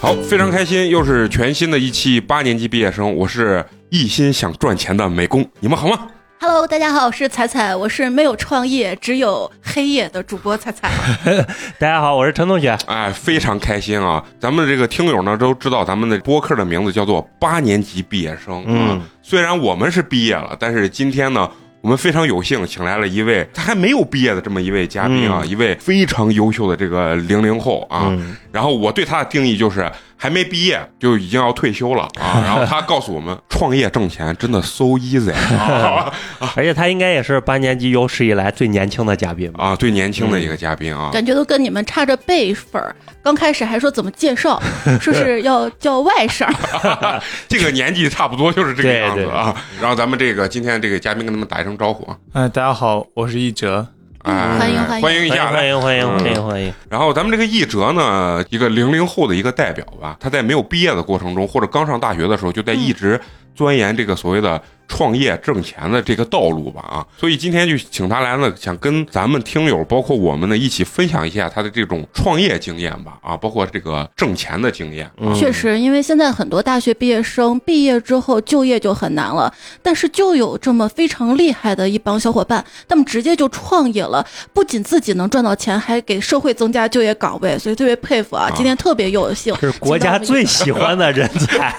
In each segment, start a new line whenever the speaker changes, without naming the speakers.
好，非常开心，又是全新的一期八年级毕业生，我是一心想赚钱的美工，你们好吗？
Hello，大家好，我是彩彩，我是没有创业只有黑夜的主播彩彩。
大家好，我是陈同学。
哎，非常开心啊！咱们这个听友呢都知道咱们的播客的名字叫做八年级毕业生，
嗯
啊，虽然我们是毕业了，但是今天呢。我们非常有幸请来了一位他还没有毕业的这么一位嘉宾啊，一位非常优秀的这个零零后啊。
嗯
然后我对他的定义就是还没毕业就已经要退休了 啊。然后他告诉我们，创业挣钱真的 so easy 啊。
而且他应该也是八年级有史以来最年轻的嘉宾吧？
啊，最年轻的一
嗯
个嘉宾啊，
感觉都跟你们差着辈分儿，刚开始还说怎么介绍，说是要叫外甥儿，
这个年纪差不多就是这个
对
样子
对
啊。然后咱们这个今天这个嘉宾跟他们打一声招呼啊，
哎，大家好，我是一哲。
哎，
嗯欢迎欢
欢
迎
迎一
欢迎
下。
欢迎欢迎
嗯
欢迎欢迎！
然后咱们这个易哲呢，一个零零后的一个代表吧，他在没有毕业的过程中，或者刚上大学的时候，就在一直钻研这个所谓的创业挣钱的这个道路吧啊。所以今天就请他来呢，想跟咱们听友，包括我们呢，一起分享一下他的这种创业经验吧啊，包括这个挣钱的经验。
嗯
确实，因为现在很多大学毕业生毕业之后就业就很难了，但是就有这么非常厉害的一帮小伙伴，他们直接就创业了，不仅自己能赚到钱，还给社会增加就业岗位，所以特别佩服啊！今天特别有幸，
是国家最喜欢的人才。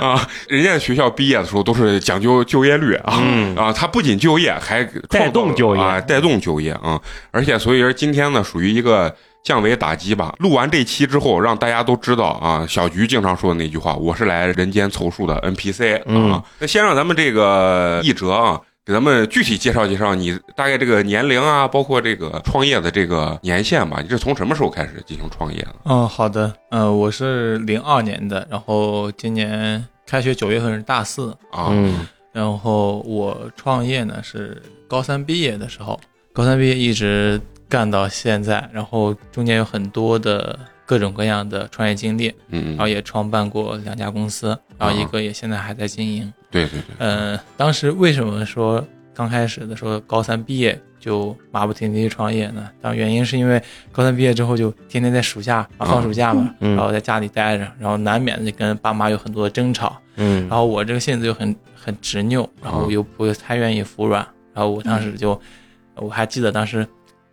啊，人家学校毕业的时候都是讲究就业率啊，
嗯
啊，他不仅就业，还创造了
带动就业
啊，带动就业啊，而且所以说今天呢，属于一个降维打击吧。录完这期之后，让大家都知道啊，小菊经常说的那句话，我是来人间凑数的 NPC 啊。
嗯
那先让咱们这个一哲啊。给咱们具体介绍介绍你大概这个年龄啊，包括这个创业的这个年限吧。你是从什么时候开始进行创业的？
嗯，好的。呃，我是零二年的，然后今年开学九月份是大四，
啊，
嗯
然后我创业呢是高三毕业的时候，高三毕业一直干到现在，然后中间有很多的各种各样的创业经历，
嗯
然后
啊
嗯，
也创办过两家公司，然后一个也现在还在经营。
对对对，
嗯，当时为什么说刚开始的时候高三毕业就马不停蹄去创业呢？当然原因是因为高三毕业之后就天天在暑假啊放暑假嘛，
嗯
然后在家里待着，然后难免的就跟爸妈有很多的争吵。
嗯，
然后我这个性子又很很执拗，然后又不太愿意服软，然后我当时就，我还记得当时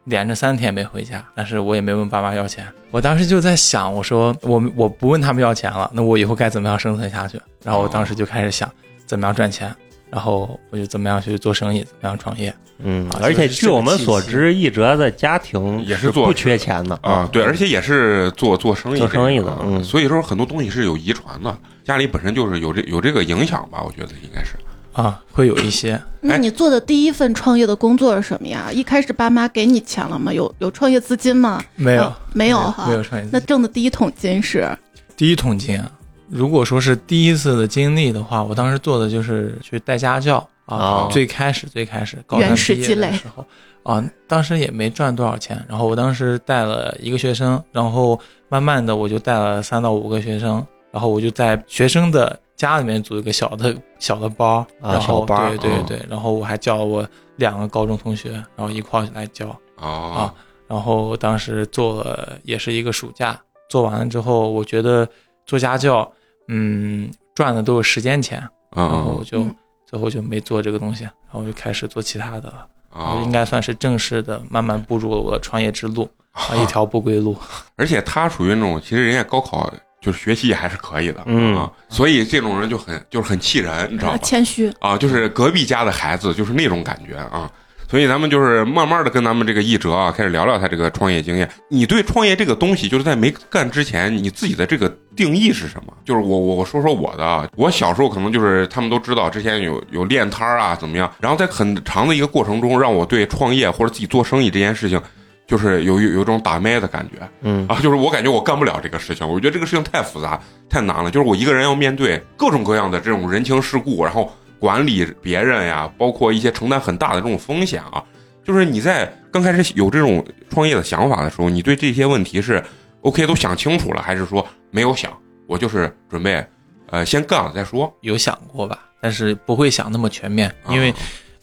连着三天没回家，但是我也没问爸妈要钱。我当时就在想，我说我我不问他们要钱了，那我以后该怎么样生存下去？然后我当时就开始想怎么样赚钱，然后我就怎么样去做生意，怎么样创业。
嗯
啊，
而且
就是
据我们所知，一哲的家庭
也是
是
做
不缺钱的
啊，对，而且也是做做生意这
做
个，
生意的
啊
嗯
所以说很多东西是有遗传的，家里本身就是有这有这个影响吧，我觉得应该是。
啊，会有一些，
那你做的第一份创业的工作是什么呀？一开始爸妈给你钱了吗？有有创业资金吗？
没有，
啊没有哈
没有创业资金
那挣的第一桶金是
第一桶金啊，如果说是第一次的经历的话，我当时做的就是去带家教啊，
哦
最开始最开始高
原
三
始
毕
积
业
累
的时候啊，当时也没赚多少钱，然后我当时带了一个学生，然后慢慢的我就带了三到五个学生，然后我就在学生的家里面组一个小的小的班儿，
啊
然后
小班儿
对对
嗯
对，然后我还叫我两个高中同学，然后一块儿来教，
哦，
啊然后当时做了也是一个暑假，做完了之后，我觉得做家教，嗯，赚的都是时间钱，然后我
嗯
就、
嗯
最后就没做这个东西，然后就开始做其他的了，然后应
啊，
该算是正式的慢慢步入了我的创业之路啊，一条不归路。
而且他属于那种，其实人家高考就是学习也还是可以的，
嗯
啊，所以这种人就很就是很气人，你知道
啊
吧？
谦虚，
啊，就是隔壁家的孩子，就是那种感觉啊。所以咱们就是慢慢的跟咱们这个一哲啊，开始聊聊他这个创业经验。你对创业这个东西，就是在没干之前，你自己的这个定义是什么？就是我我我说说我的，啊，我小时候可能就是他们都知道，之前有有练摊儿啊怎么样，然后在很长的一个过程中，让我对创业或者自己做生意这件事情，就是有有有一种打麦的感觉。
嗯
啊，就是我感觉我干不了这个事情，我觉得这个事情太复杂、太难了。就是我一个人要面对各种各样的这种人情世故，然后管理别人呀，包括一些承担很大的这种风险啊。就是你在刚开始有这种创业的想法的时候，你对这些问题是 OK 都想清楚了，还是说没有想？我就是准备，呃，先干了再说。
有想过吧，但是不会想那么全面，
啊
因为、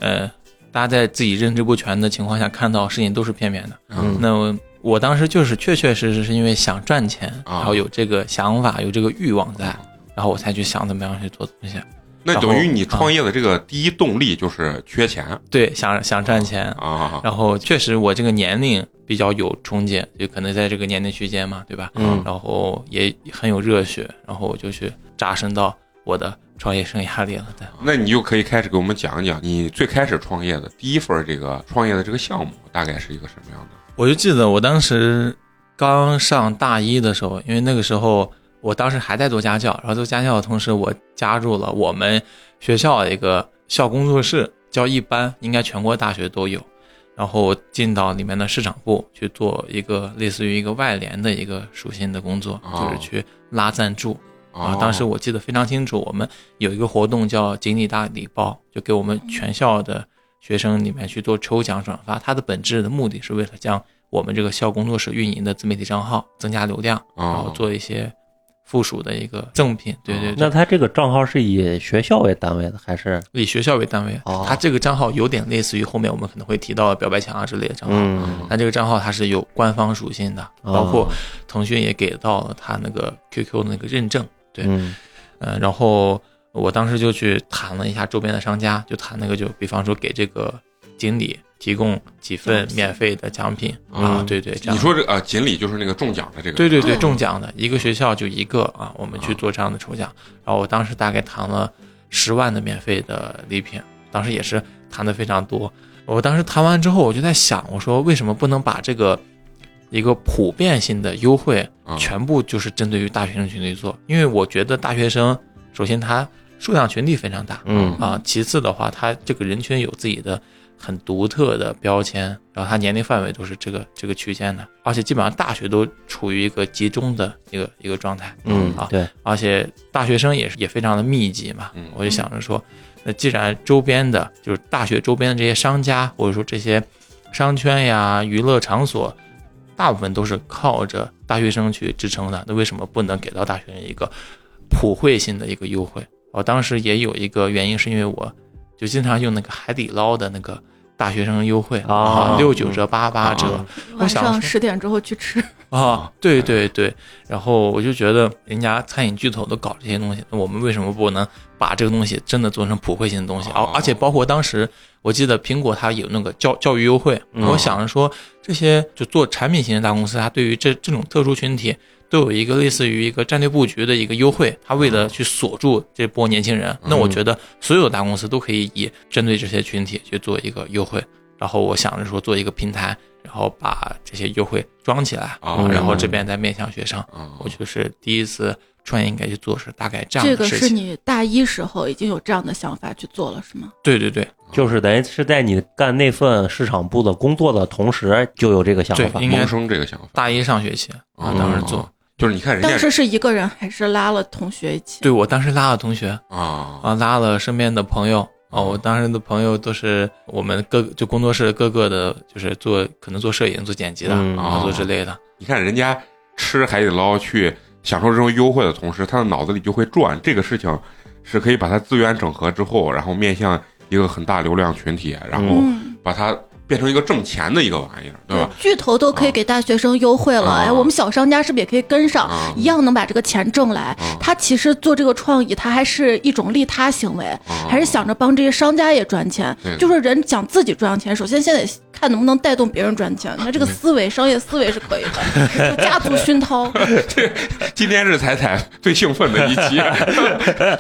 呃，大家在自己认知不全的情况下看到事情都是片面的。
嗯
那我我当时就是确确实实是因为想赚钱，
啊
然后有这个想法，有这个欲望在，然后我才去想怎么样去做东西。
那等于你
然后嗯
创业的这个第一动力就是缺钱
对，想想赚钱，
啊，
然后确实我这个年龄比较有冲劲，就可能在这个年龄区间嘛，对吧？
嗯
然后也很有热血，然后我就去扎深到我的创业生涯里了。对，
那你就可以开始给我们讲一讲你最开始创业的第一份这个创业的这个项目大概是一个什么样的？
我就记得我当时刚上大一的时候，因为那个时候我当时还在做家教，然后做家教的同时，我加入了我们学校的一个校工作室，叫一班，应该全国大学都有。然后进到里面的市场部去做一个类似于一个外联的一个属性的工作，
哦
就是去拉赞助。啊
哦，
当时我记得非常清楚，我们有一个活动叫“锦鲤大礼包”，就给我们全校的学生里面去做抽奖转发。它的本质的目的是为了将我们这个校工作室运营的自媒体账号增加流量，然后
哦
做一些附属的一个赠品。对对
哦那
对，
他这个账号是以学校为单位的，还是
以学校为单位
哦，
它这个账号有点类似于后面我们可能会提到的表白墙啊嗯之类的账号。
嗯
那这个账号它是有官方属性的，
哦
包括腾讯也给到了它那个 QQ 的那个认证。对
嗯
呃，然后我当时就去谈了一下周边的商家，就谈那个就比方说给这个经理提供几份免费的奖品、啊，
嗯
对对，这样
你说这个呃锦鲤就是那个中奖的这个
对对对，
嗯
中奖的一个学校就一个啊，我们去做这样的抽奖，然后我当时大概谈了十万的免费的礼品，当时也是谈的非常多。我当时谈完之后，我就在想，我说为什么不能把这个一个普遍性的优惠
啊
全部就是针对于大学生群体做，因为我觉得大学生首先他数量群体非常大
嗯
啊，其次的话，他这个人群有自己的很独特的标签，然后他年龄范围都是这个这个区间的，而且基本上大学都处于一个集中的一个一个状态，啊
嗯，，对，
而且大学生也是也非常的密集嘛
嗯，
我就想着说，那既然周边的就是大学周边的这些商家或者说这些商圈呀、娱乐场所，大部分都是靠着大学生去支撑的，那为什么不能给到大学生一个普惠性的一个优惠？我当时也有一个原因，是因为我就经常用那个海底捞的那个大学生优惠
啊
六九折、八八折，
啊
晚
想
上
说
十点之后去吃，
啊，对对对，然后我就觉得人家餐饮巨头都搞这些东西，那我们为什么不能把这个东西真的做成普惠性的东西？而、
哦
而且包括当时我记得苹果它有那个教教育优惠，
嗯
我想着说这些就做产品型的大公司，它对于这这种特殊群体都有一个类似于一个战略布局的一个优惠，它为了去锁住这波年轻人，那我觉得所有的大公司都可以以针对这些群体去做一个优惠。然后我想着说做一个平台，然后把这些优惠装起来，啊
哦
然后这边再面向学生。
啊
我就是第一次创业应该去做是大概这样
这
的
个
事
是
情。
你大一时候已经有这样的想法去做了是吗？
对对对
就是等于是在你干那份市场部的工作的同时，就有这个想
对
法，。
应该
萌生这个想法
大一上学期啊，
嗯
当时做。
就是你看人
当
家
时是一个人还是拉了同学一起？
对我当时拉了同学
啊
啊，拉了身边的朋友啊，我当时的朋友都是我们各就工作室各个的，就是做可能做摄影、做剪辑的，
嗯
然后做之类的。
你看人家吃海底捞去享受这种优惠的同时，他的脑子里就会转这个事情，是可以把它资源整合之后，然后面向一个很大流量群体，然后
嗯，
把它变成一个挣钱的一个玩意儿，对吧？
巨头都
啊
可以给大学生优惠了，
啊
哎，我们小商家是不是也可以跟上，
啊
一样能把这个钱挣来？
啊
他其实做这个创意，他还是一种利他行为，
哦
啊
还是想着帮这些商家也赚钱
对。
就是人想自己赚钱，首先先得看能不能带动别人赚钱。那这个思维，商业思维是可以 的，家族熏陶。
哦
今天是彩彩最兴奋的一 期，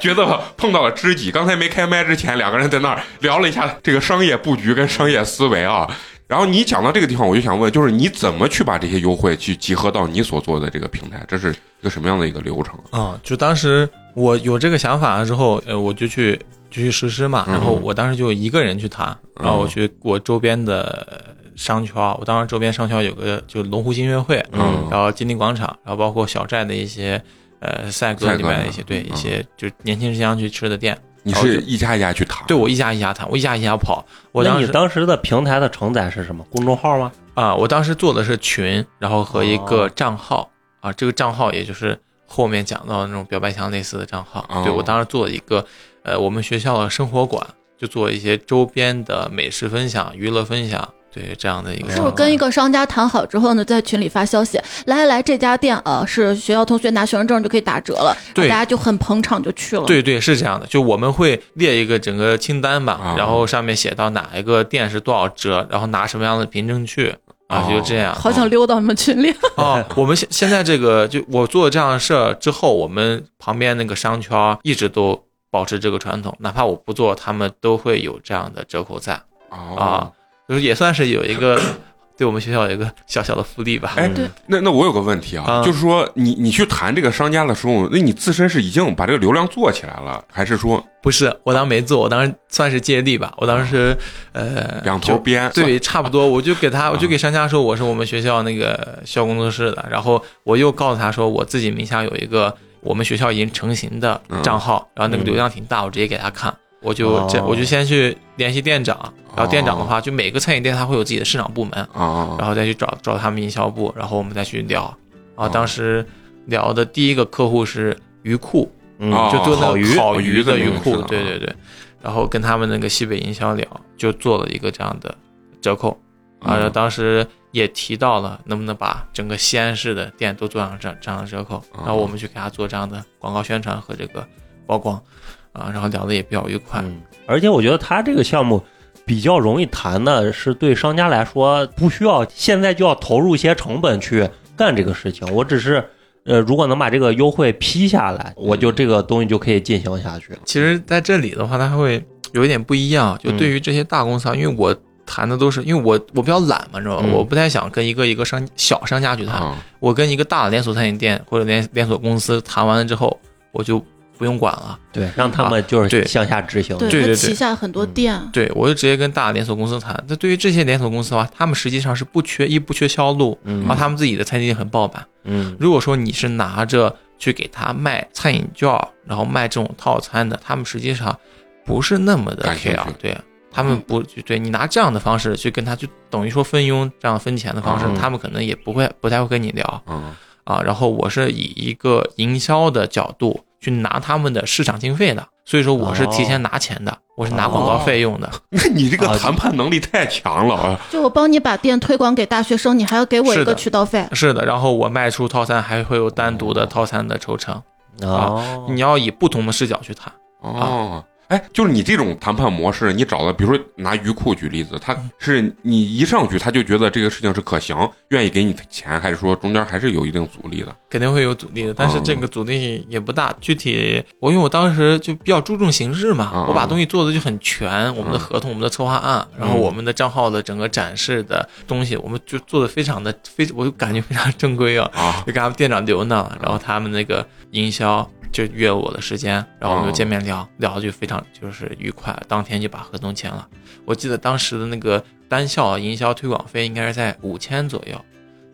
觉得碰到了知己。刚才没开麦之前，两个人在那儿聊了一下这个商业布局跟商业思维啊。然后你讲到这个地方，我就想问，就是你怎么去把这些优惠去集合到你所做的这个平台？这是一个什么样的一个流程？
啊，就当时我有这个想法了之后，呃，我就去就去实施嘛。
嗯
然后我当时就一个人去谈，
嗯
然后我去我周边的商圈，啊我当时周边商圈有个就龙湖新月汇，
嗯
然后金陵广场，然后包括小寨的一些呃赛格
赛格
里面的
呀
一些对一
嗯
些就年轻人经常去吃的店，
你是一家一家去谈？
对我一家一家谈，我一家一家跑。我
那
当
你
时
当时的平台的承载是什么？公众号吗？
啊，我当时做的是群，然后和一个
哦
账号啊，这个账号也就是后面讲到的那种表白墙类似的账号。对
哦
我当时做了一个，呃，我们学校的生活馆，就做一些周边的美食分享、娱乐分享，对于这样的一个
是
状
不
况，
是跟一个商家谈好之后呢，在群里发消息，来来，这家店啊是学校同学拿学生证就可以打折了，
对
大家就很捧场就去了。
对对，是这样的，就我们会列一个整个清单吧，
啊
然后上面写到哪一个店是多少折，然后拿什么样的凭证去啊，
哦
就这样。
好想溜到你们群里，
哦，我们现现在这个就我做这样的事儿之后，我们旁边那个商圈一直都保持这个传统，哪怕我不做，他们都会有这样的折扣在啊
哦，，
就是也算是有一个对我们学校有一个小小的福 利吧。
哎
对
那那我有个问题啊，
啊
就是说你你去谈这个商家的时候，那你自身是已经把这个流量做起来了，还是说
不是，我当时没做，我当时算是借力吧，我当时呃
两头
就
编？
对，差不多。我就给他，我就给商家说我是我们学校那个校工作室的，然后我又告诉他说我自己名下有一个我们学校已经成型的账号，然后那个流量挺大，我直接给他看。我就这，
哦
我就先去联系店长，然后店长的话，就每个餐饮店他会有自己的市场部门，
啊
然后再去找找他们营销部，然后我们再去聊。啊，当时聊的第一个客户是鱼库，
嗯
哦
就做那
烤鱼
个烤
鱼
鱼
的
的
那
鱼
个是
库
吧，
对对对。然后跟他们那个西北营销聊，就做了一个这样的折扣啊。然
嗯
后
啊
当时也提到了能不能把整个西安市的店都做上这这样的折扣，
哦
然后我们去给他做这样的广告宣传和这个曝光啊。然后聊的也比较愉快，
嗯，而且我觉得他这个项目比较容易谈的是，对商家来说不需要现在就要投入一些成本去干这个事情。我只是呃，如果能把这个优惠批下来，我就这个东西就可以进行下去。
其实在这里的话，它会有一点不一样，就
嗯
对于这些大公司啊，因为我谈的都是因为我我比较懒嘛，知道吧？
嗯
我不太想跟一个一个商小商家去谈，
啊
我跟一个大的连锁餐饮店或者连连锁公司谈完了之后，我就不用管了。
对，让他们就
啊
是
对
向下执行。
对
对对
他旗下很多店，
对，我就直接跟大的连锁公司谈。那对于这些连锁公司的话，他们实际上是不缺一不缺销路，
嗯
然后他们自己的餐厅很爆满。
嗯
如果说你是拿着去给他卖餐饮券，然后卖这种套餐的，他们实际上不是那么的
感兴趣
care，对他们不对你拿这样的方式去跟他去等于说分佣这样分钱的方式，
嗯
他们可能也不会不太会跟你聊。
啊
啊，然后我是以一个营销的角度去拿他们的市场经费的，所以说我是
哦
提前拿钱的，我是拿广告费用的。
那你这个
啊
谈判能力太强了啊！
就我帮你把店推广给大学生，你还要给我一
是
个
的
渠道费。
是的，然后我卖出套餐还会有单独的套餐的抽成，
哦，
你要以不同的视角去谈。
哦，哎，就是你这种谈判模式，你找的，比如说拿鱼库举例子，他是你一上去他就觉得这个事情是可行，愿意给你钱，还是说中间还是有一定阻力的？
肯定会有阻力的，但是这个阻力也不大。具体我因为我当时就比较注重形式嘛
嗯，
我把东西做的就很全，我们的合同、我们的策划案，然后我们的账号的整个展示的东西，我们就做的非常的非，我就感觉非常正规啊。
啊
就给他们店长留呢，然后他们那个营销就约我的时间，然后我们就见面聊，聊得就非常就是愉快，当天就把合同签了。我记得当时的那个单校啊营销推广费应该是在五千左右，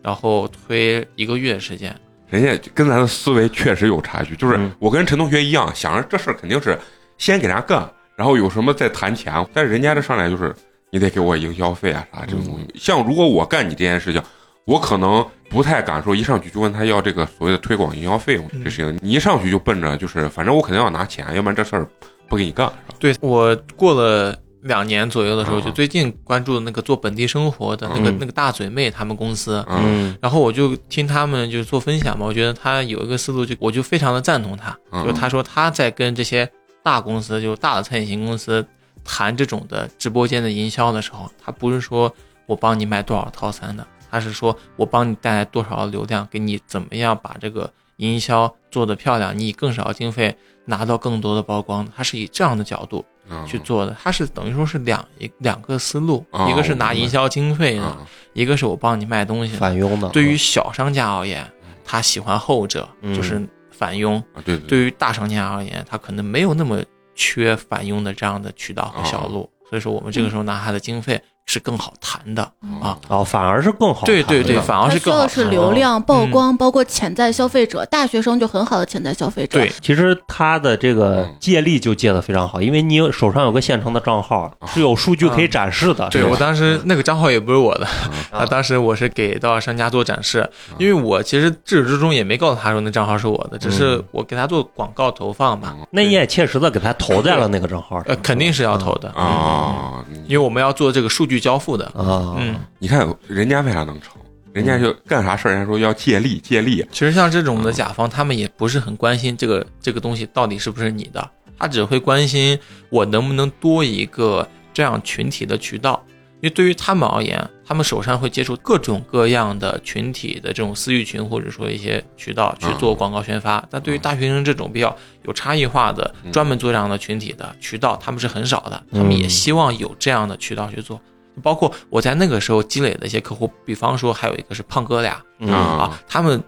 然后推一个月时间。
人家跟咱的思维确实有差距，就是
嗯
我跟陈同学一样，想着这事儿肯定是先给人家干，然后有什么再谈钱。但是人家这上来就是你得给我营销费啊啥这种东
嗯
西。像如果我干你这件事情，我可能不太敢说一上去就问他要这个所谓的推广营销费用
嗯
这事情。你一上去就奔着就是反正我肯定要拿钱，要不然这事儿不给你干，是吧？
对我过了两年左右的时候，
嗯
就最近关注的那个做本地生活的那个
嗯
那个大嘴妹他们公司，
嗯
嗯
然后我就听他们就是做分享嘛，我觉得他有一个思路就，我就非常的赞同他，
嗯
就是他说他在跟这些大公司，就是大的餐饮型公司谈这种的直播间的营销的时候，他不是说我帮你卖多少套餐的，他是说我帮你带来多少流量，给你怎么样把这个营销做得漂亮，你以更少的经费拿到更多的曝光，他是以这样的角度
嗯
去做的，他是等于说是两一两个思路，
哦
一个是
我
拿
明白
营销经费的，
嗯
一个是我帮你卖东西的。
反佣的。
对于小商家而言，他喜欢后者，
嗯
就是返佣；
啊对对对
对于大商家而言，他可能没有那么缺返佣的这样的渠道和销路，
哦
所以说我们
嗯
这个时候拿他的经费是更好谈的。
嗯
啊
哦，反而是更好谈
对
的。
对对，反而
他需
更好
要
谈
是
的哦嗯
流量曝光，包括潜在消费者，大学生就很好的潜在消费者。
对，
其实他的这个
嗯
借力就借的非常好，因为你有手上有个现成的账号，是有数据可以展示的。
啊对
是吧
我当时那个账号也不是我的，
嗯
啊，当时我是给到商家做展示，
嗯
因为我其实至始至终也没告诉他说那账号是我的，只
嗯
是我给他做广告投放嘛，
那你也切实的给他投在了那个账号上。嗯
呃，肯定是要投的
啊，你
因为我们要做这个数据交付的。
啊，
嗯，
你看人家为啥能成？人家就干啥事儿，人家说要借力借力，啊
其实像这种的甲方，他们也不是很关心这个这个东西到底是不是你的，他只会关心我能不能多一个这样群体的渠道。因为对于他们而言，他们手上会接触各种各样的群体的这种私域群，或者说一些渠道去
嗯
做广告宣发。但对于大学生这种比较有差异化的、
嗯
专门做这样的群体的渠道，他们是很少的。他们也
嗯
希望有这样的渠道去做。包括我在那个时候积累的一些客户，比方说还有一个是胖哥俩，
啊
嗯
啊，他们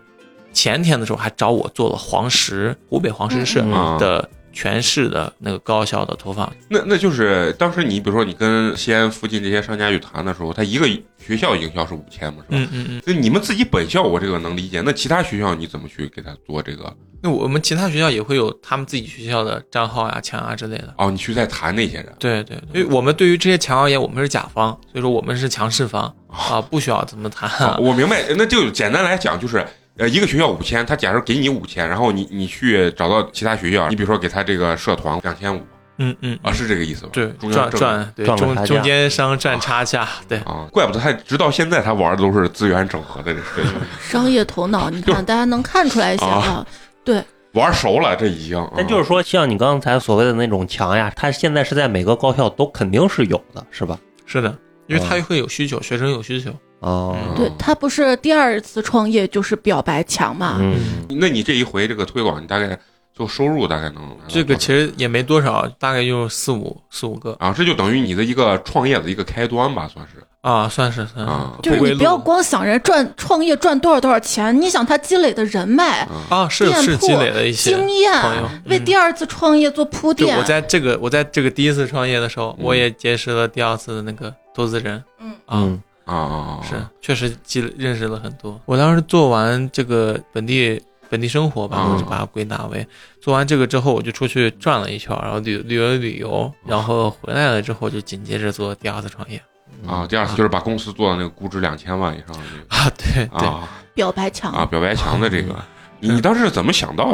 前天的时候还找我做了黄石，湖北黄石市
嗯
嗯
的全市的那个高校的投放，
那那就是当时你比如说你跟西安附近这些商家去谈的时候，他一个学校营销是五千嘛，是吧？
嗯嗯嗯。
就你们自己本校，我这个能理解。那其他学校你怎么去给他做这个？
那我们其他学校也会有他们自己学校的账号呀、墙啊之类的。
哦，你去再谈那些人。
对对，对因为我们对于这些墙而言，我们是甲方，所以说我们是强势方啊，不需要怎么谈
啊
啊。
我明白。那就简单来讲，就是呃，一个学校五千，他假如给你五千，然后你你去找到其他学校，你比如说给他这个社团两千五
嗯嗯，
啊，是这个意思吧？
对，
中
赚
央政
赚对
赚个
中
差价
中间商赚差价，对
啊，怪不得他直到现在他玩的都是资源整合的这事情，
商业头脑，你
就是
看大家能看出来一些啊。对，
玩熟了这已经。啊
但就是说，像你刚才所谓的那种墙呀，它现在是在每个高校都肯定是有的，是吧？
是的，因为他
嗯
会有需求，学生有需求。
哦，
嗯
对他不是第二次创业就是表白墙嘛？
嗯，
那你这一回这个推广，你大概就收入大概能
这个其
实
实也没多少，大概就四五四五个
啊，这就等于你的一个创业的一个开端吧，算是
啊，算是算是
啊，
就是
不
你
归
不要
路
光想人赚创业赚多少多少钱，你想他积累的人脉、
嗯
啊，是
店
是
铺
积累了一些
经验
朋友，
为第
二。
二次创业做铺
就
垫。
我在这个我在这个第一次创业的时候，
嗯
我也结识了第二次的那个投资人，
嗯
啊，
嗯
啊啊，
是确实积累认识了很多。我当时做完这个本地本地生活吧，
嗯
我就把它归纳为做完这个之后，我就出去转了一圈，然后旅旅游旅游，然后回来了之后就紧接着做第二次创业
啊，第二次就是把公司做到那个估值两千万以上的这
啊，对
个
对，
啊
表白墙
啊，表白墙的这 个，你你当时是怎么想到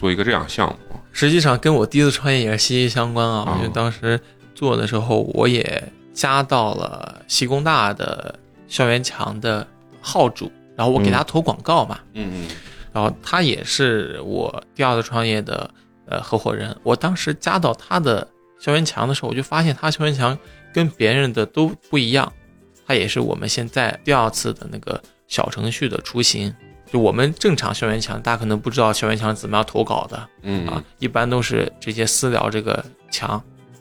做一个这样项目？
实际上跟我第一次创业也是息息相关啊，
嗯
因为当时做的时候，我也加到了西工大的校园墙的号主，然后我给他投广告嘛，
嗯
然后他也是我第二次创业的呃合伙人。我当时加到他的校园墙的时候，我就发现他校园墙跟别人的都不一样，他也是我们现在第二次的那个小程序的雏形。就我们正常校园墙，大家可能不知道校园墙怎么样投稿的，
嗯
啊
嗯，，
一般都是直接私聊这个墙，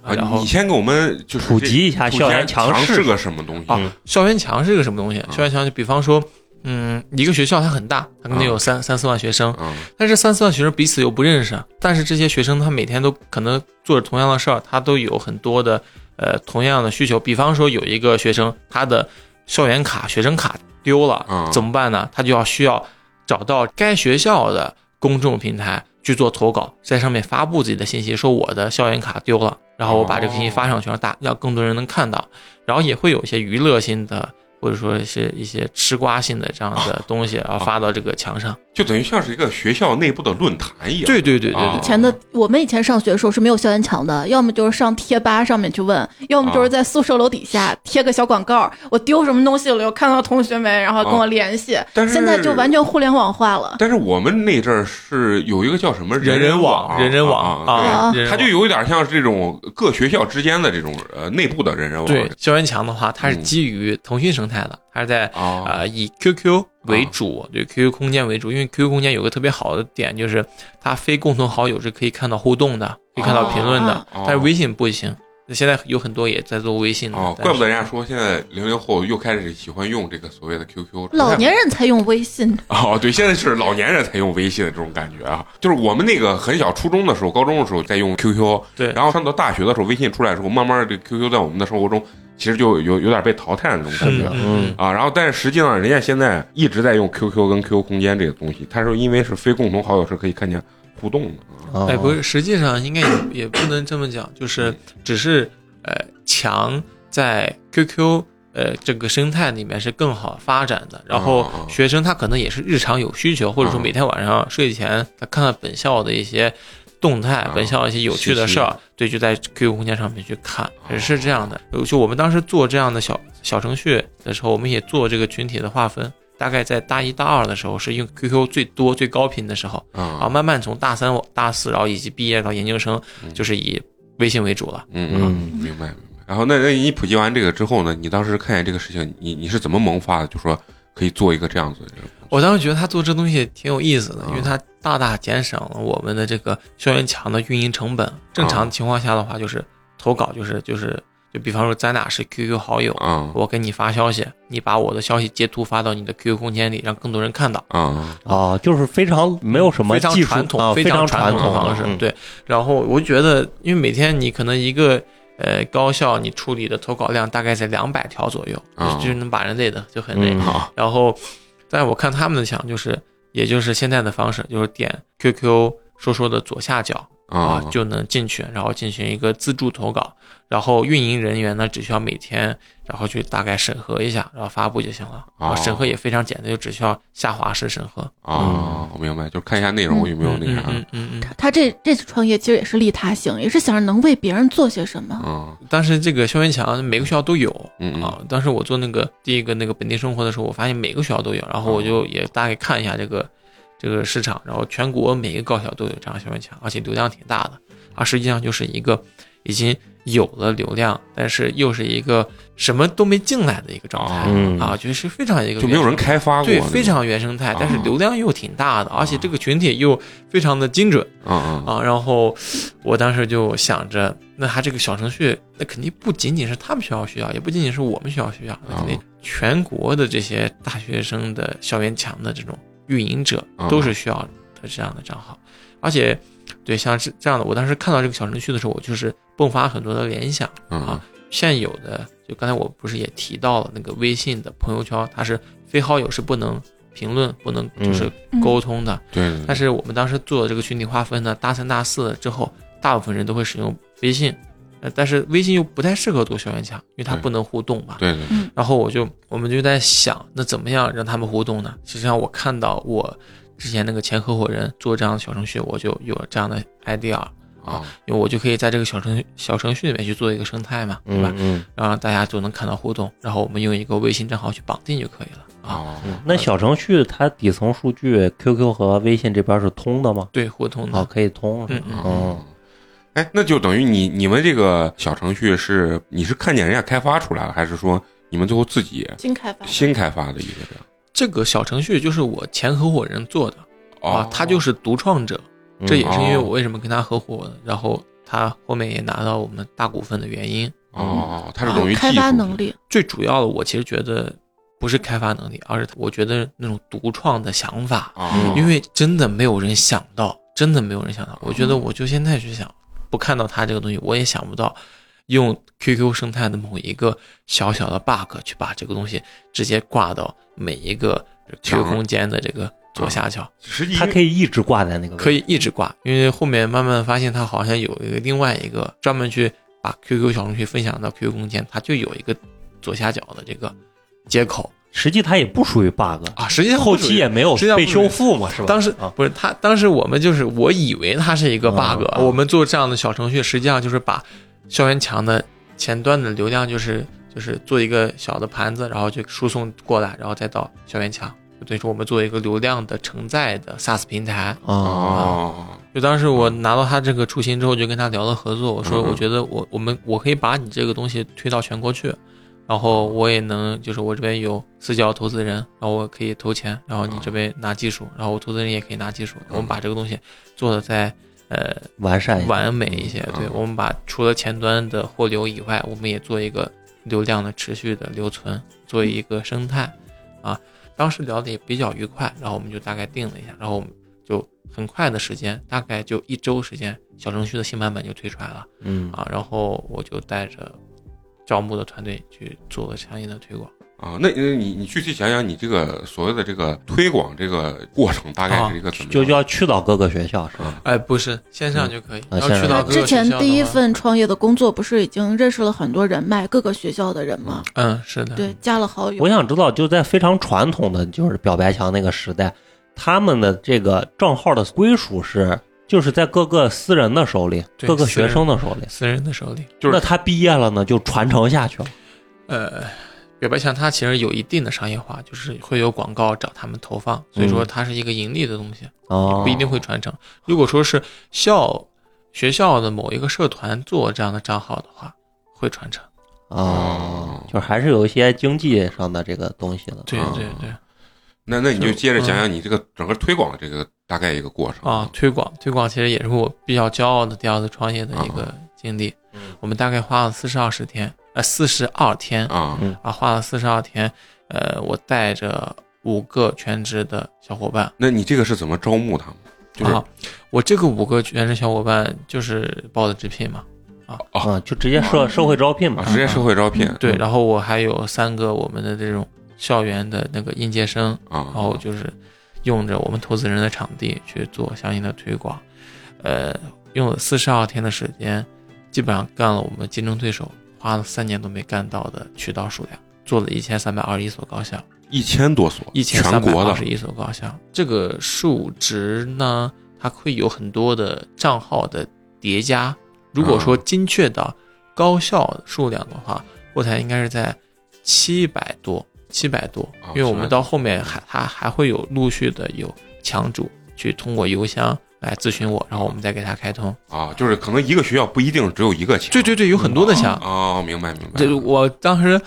啊
啊，
然后
你先给我们就是
普及一下
这
校园
墙
墙
是
是
个什么东西
啊
校园墙是个什么东
啊
西？校园墙就比方说，嗯，一个学校它很大，它可能有
啊
三三四万学生，
啊？
但是三四万学生彼此又不认识，啊但是这些学生他每天都可能做着同样的事儿，他都有很多的呃同样的需求。比方说有一个学生他的校园卡、学生卡丢
啊
了，怎么办呢？他就要需要找到该学校的公众平台去做投稿，在上面发布自己的信息，说我的校园卡丢了，然后我把这个信息发上去，让大让更多人能看到，然后也会有一些娱乐性的。或者说是一些吃瓜性的这样的东西啊，发到这个墙上。
就等于像是一个学校内部的论坛一样。
对对对对对
啊
以前的我们以前上学的时候是没有校园墙的，要么就是上贴吧上面去问，要么
啊
就是在宿舍楼底下贴个小广告，我丢什么东西了，有看到同学没，然后跟
啊
我联系。
但是
现在就完全互联网化了，
但是我们那阵儿是有一个叫什么人
人人网，人人网啊，
对
人人
它
网
就有一点像是这种各学校之间的这种呃内部的人人网
对校园墙的话，它是
嗯
基于腾讯生态的，它是在
啊
呃以 QQ 为主，对 QQ 空间为主，因为 QQ 空间有个特别好的点，就是它非共同好友是可以看到互动的，可以看到评论的
哦，
哦
但是微信不行。那现在有很多也在做微信的
哦，，
但
怪不
是
得人家说现在零零后又开始喜欢用这个所谓的 QQ。
老年人才用微信。
哦，对，现在是老年人才用微信的这种感觉啊，就是我们那个很小，初中的时候、高中的时候在用 QQ，
对
然后上到大学的时候，微信出来之后，慢慢这个 QQ 在我们的生活中其实就有有点被淘汰的那种感
嗯
觉。
的
嗯嗯
啊，然后但是实际上，人家现在一直在用 QQ 跟 QQ 空间这个东西，它是因为是非共同好友是可以看见互动的啊。
啊
哎，不是，实际上应该也也不能这么讲，就是只是呃，强在 QQ 呃这个生态里面是更好发展的。然后
哦
学生他可能也是日常有需求，或者说
哦
每天晚上睡前他看看本校的一些动态
啊
文校一些有趣的事
信
儿，对，就在 QQ 空间上面去看，
哦
也是这样的。就我们当时做这样的小小程序的时候，我们也做这个群体的划分。大概在大一大二的时候，是用 QQ 最多最高频的时候啊，
啊，
慢慢从大三、大四，然后以及毕业到研究生，就是以微信为主了。
嗯嗯，
嗯，
明白明白。然后那那你普及完这个之后呢，你当时看见这个事情，你你是怎么萌发的？就说可以做一个这样子的这个
我当时觉得他做这东西也挺有意思的，
啊
因为他大大减省了我们的这个校园墙的运营成本。正常情况下的话，就是投稿就是就是就比方说咱俩是 QQ 好友，
啊
我给你发消息，你把我的消息截图发到你的 QQ 空间里，让更多人看到。
啊
啊，就是非常没有什么
非常
技术
传
啊
统、
非
常
传
统的方式。
嗯
对，然后我就觉得，因为每天你可能一个呃高校你处理的投稿量大概在两百条左右，
啊
就是能把人累的就很累。
嗯
啊
然后，但是我看他们的墙就是，也就是现在的方式，就是点 QQ 说说的左下角啊
啊，
就能进去，然后进行一个自助投稿，然后运营人员呢只需要每天，然后去大概审核一下，然后发布就行了。
哦
啊，审核也非常简单，就只需要下滑式审核。
啊，我明白，就是看一下内容有没有那啥，
嗯嗯嗯嗯
他这这次创业其实也是利他型，也是想着能为别人做些什么。
嗯
当时这个校园墙每个学校都有。
嗯
啊
嗯，
当时我做那个第一个那个本地生活的时候，我发现每个学校都有，然
哦
后我就也大概看一下这个这个市场，然后全国每个高校都有这样的校园墙，而且流量挺大的。它实际上就是一个已经有了流量，但是又是一个什么都没进来的一个状态、
嗯
啊，就是非常一个
哦就没有人
原生
开发过，
对，非常原生态
啊，
但是流量又挺大的，
哦
而且这个群体又非常的精准。
啊啊
啊，然后我当时就想着，那他这个小程序，那肯定不仅仅是他们学校需要，也不仅仅是我们学校需要，那肯定
哦
全国的这些大学生的校园墙的这种运营者
哦
都是需要的这样的账号，而且，对像是这样的，我当时看到这个小程序的时候，我就是迸发很多的联想
啊
啊，现有的就刚才我不是也提到了那个微信的朋友圈，它是非好友是不能评论、不能就是
嗯
沟通的，
对对，对
但是我们当时做的这个群体划分呢，大三、大四之后，大部分人都会使用微信，呃，但是微信又不太适合做校园墙，因为它
对
不能互动嘛。
对对
嗯
对
然后我就我们就在想，那怎么样让他们互动呢？实际上，我看到我之前那个前合伙人做这样的小程序，我就有了这样的 idea，
啊
因为我就可以在这个小程小程序里面去做一个生态嘛，对吧
嗯？嗯，
让大家就能看到互动，然后我们用一个微信账号去绑定就可以了啊。
啊
嗯那小程序它底层数据 QQ 和微信这边是通的吗？
对，互动的。
啊，可以通。
嗯嗯
哦，
哎，那就等于你你们这个小程序是你是看见人家开发出来了，还是说你们最后自己
新开发
新开发的一个这样？
这个小程序就是我前合伙人做的。啊，他就是独创者，
嗯
这也是因为
哦
我为什么跟他合伙，然后他后面也拿到我们大股份的原因。
哦，他是等于
啊开
技
发
术
能力，
最主要的，我其实觉得不是开发能力，而是我觉得那种独创的想法，
啊，
嗯因为真的没有人想到，真的没有人想到。我觉得我就现在去想，不看到他这个东西，我也想不到。用 QQ 生态的某一个小小的 bug 去把这个东西直接挂到每一个 QQ 空间的这个左下角，
实际
它可以一直挂在那个位置
可以一直挂，因为后面慢慢发现它好像有一个另外一个专门去把 QQ 小程序分享到 QQ 空间，它就有一个左下角的这个接口
实际它也不属于 bug，
啊。实际上
后期也没有
实际上
被
不属于
修复嘛，是吧？
当时
啊，
不是他，当时我们就是我以为它是一个
啊
bug，
啊
我们做这样的小程序，实际上就是把校园墙的前端的流量就是就是做一个小的盘子，然后就输送过来，然后再到校园墙。等于说我们做一个流量的承载的 SaaS 平台，
啊，
哦
就当时我拿到他这个雏形之后，就跟他聊了合作。我说，
嗯嗯
我觉得我我们我可以把你这个东西推到全国去，然后我也能就是我这边有私教投资人，然后我可以投钱，
嗯
然后你这边拿技术，然后我投资人也可以拿技术，我们把这个东西做的再呃
完善一下
完美一些。
嗯
对我们把除了前端的货流以外，我们也做一个流量的持续的留存，做一个生态啊。当时聊的也比较愉快，然后我们就大概定了一下，然后我们就很快的时间，大概就一周时间，小程序的新版本就推出来了
嗯
啊。然后我就带着招募的团队去做了相应的推广。
啊，那那你你具体讲讲你这个所谓的这个推广这个过程大概是一个
啊
怎么
就
样？
要去到各个学校是吧？
哎，不是线上就可以，
嗯啊
要
那
去到
线上
各个
之前
学校的
第一
话，
份创业的工作不是已经认识了很多人脉，各个学校的人吗？
嗯，是的，
对，加了好友。
我想知道，就在非常传统的就是表白墙那个时代，他们的这个账号的归属是就是在各个私人的手里，
对
各个
私
学
人
生的手里。
私人的手里。
就是
那他毕业了呢，就传承下去了。
呃，表白墙它其实有一定的商业化，就是会有广告找他们投放，所以
嗯
说它是一个盈利的东西，
哦，
不一定会传承。如果说是校学校的某一个社团做这样的账号的话，会传承。
哦，就是还是有一些经济上的这个东西的。
对
啊
对对，
那那你就
就
接着讲
嗯
讲你这个整个推广的这个大概一个过程
啊，，推广推广其实也是我比较骄傲的第二次创业的一个经历。
嗯
我们大概花了四十二十天，呃，四十二天
啊
嗯
啊，花了四十二天。呃，我带着五个全职的小伙伴，
那你这个是怎么招募他们？就是
啊，我这个五个全职小伙伴就是报的直聘嘛，
啊，就直接社社会招聘嘛
啊，。职业社会招聘
嗯对，然后我还有三个我们的这种校园的那个应届生，
啊，
然后就是用着我们投资人的场地去做相应的推广，呃，用了四十二天的时间，基本上干了我们竞争对手花了三年都没干到的渠道数量，做了一千三百二十一所高校，
一千多所，
一千
全
三百
国
二
的
十一所高校，这个数值呢，它会有很多的账号的叠加。如果说精确到高校数量的话，后台应该是在七百多，七百多
啊，
因为我们
700
到后面还它还会有陆续的有强主去通过邮箱来咨询我，然后我们再给他开通。
啊，就是可能一个学校不一定只有一个强，
对对对，有很多的强，
哦，明白明白，
这我当时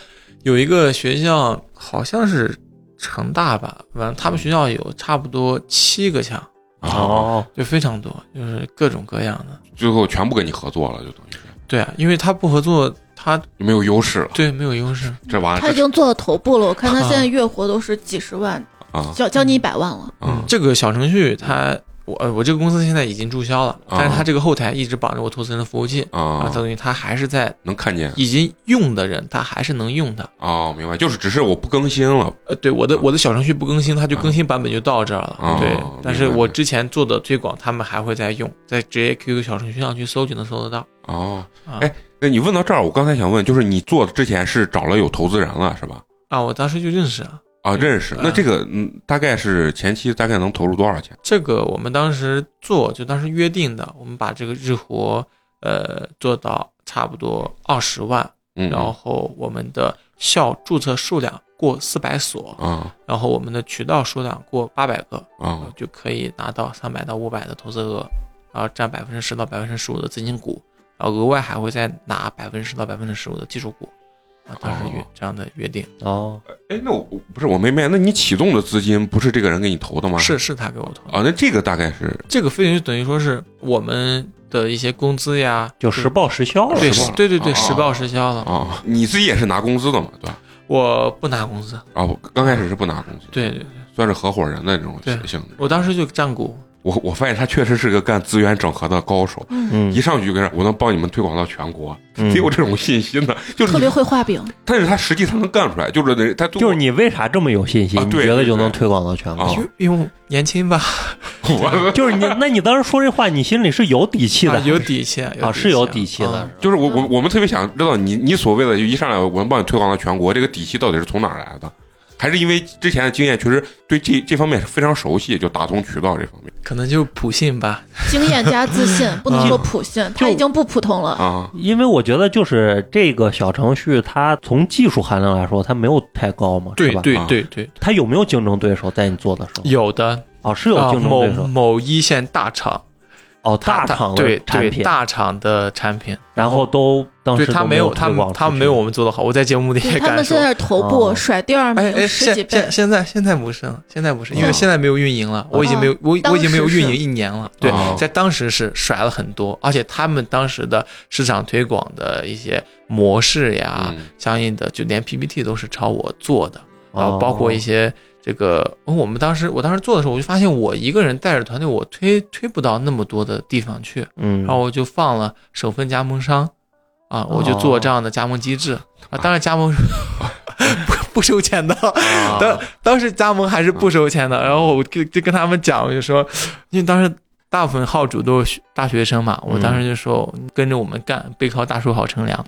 有一个学校，好像是成大吧，反正他们学校有差不多七个强，
啊，
哦，
就非常多，就是各种各样的。
最后全部跟你合作了，就等于是
对啊，因为他不合作，他
就没有优势了，
对没有优势。
这完
他已
了
经做到头部了，我看他现在月活都是几十万，
啊
将将近一百万了。
啊
这个小程序它，我呃我这个公司现在已经注销了，但是它这个后台一直绑着我投资人的服务器，啊，
啊，
等于它还是在
能看见
已经用的人，他还是能用的。
哦，明白，就是只是我不更新了
呃，对，我的我的小程序不更新，它就更新版本就到这儿了。
嗯哦
对
明白，
但是我之前做的推广，他们还会在用，在职业 QQ 小程序上去搜就能搜得到。
哦，
啊
哎，那你问到这儿，我刚才想问，就是你做的之前是找了有投资人了是吧？
啊，我当时就认识啊，
啊，认识。
嗯
那这个嗯，大概是前期大概能投入多少钱？
这个我们当时做就当时约定的，我们把这个日活呃做到差不多二十万，
嗯，
然后我们的校注册数量过四百所，
啊
然后我们的渠道数量过八百个，
啊
就可以拿到三百到五百的投资额，然后占百分之十到百分之十五的资金股，然后额外还会再拿百分之十到百分之十五的技术股，啊，当时约
哦
这样的约定，
哦，
哎，那我我不是我没明白，那你启动的资金不是这个人给你投的吗？
是是他给我投的，
啊，那这个大概是
这个费用就等于说是我们的一些工资呀，
就实报实销了。
对
实报
是对对对，
哦
实报实销了，
啊，你自己也是拿工资的嘛，对吧？
我不拿工资，
啊，我刚开始是不拿工资，
对对，对
算是合伙人的这种
对
性质。
我当时就占股，
我我发现他确实是个干资源整合的高手，
嗯，
嗯
一，上去就跟人我能帮你们推广到全国，
嗯
得有这种信心的，就是
特别
你
会画饼，
但是他实际他能干出来，就是人他通
就
过
是你为啥这么有信心？
啊
你
对
觉得
对
就能
对
推广到全
啊
国？
因为因为我年轻吧，
我
就是你，那你当时说这话，你心里是有底气
啊
的，
有底气
啊，是有底气。
啊
的。
就是我我我们特别想知道你你所谓的就一上来我们帮你推广到全国，这个底气到底是从哪儿来的？还是因为之前的经验确实对这这方面是非常熟悉，就打通渠道这方面
可能就普信吧，
经验加自信，不能说普信，他
就
已经不普通了。
啊
因为我觉得就是这个小程序，它从技术含量来说，它没有太高嘛，
对
是吧？
对
啊
对对，
它有没有竞争对手在你做的时候？
有的
哦，是有
啊，
竞争
某
对手。
某一线大厂，
哦，大
它
厂
它对
的产
对
品，
大厂的产品，
然后都当
对
时
他
都没
有他
推
们
广
他
出
们
去
没有我们做的好，我在节目里
对
也
他们
敢
现
说。
在是头部
哦
甩第二
哎哎，
名十
现
几
现
倍，
现在现在不是了，现在不是，因为
哦
现在没有运营了，我已经没有我
哦当
我已经没有
时是
运营一年了。对
哦，
在当时是甩了很多，而且他们当时的市场推广的一些模式
啊
呀
嗯，
相应的就连 PPT 都是朝我做的，然后
哦
啊包括一些这个，哦我们当时我当时做的时候，我就发现我一个人带着团队，我推推不到那么多的地方去，
嗯，
然后我就放了首份加盟商，啊，我就做这样的加盟机制啊，当然加 盟不不收钱的，
嗯
啊
当当时加盟还是不收钱的，然后我就就跟他们讲，我就说，因为当时大部分嗯号主都是学大学生嘛，我当时就说跟着我们干，背靠大树好乘凉。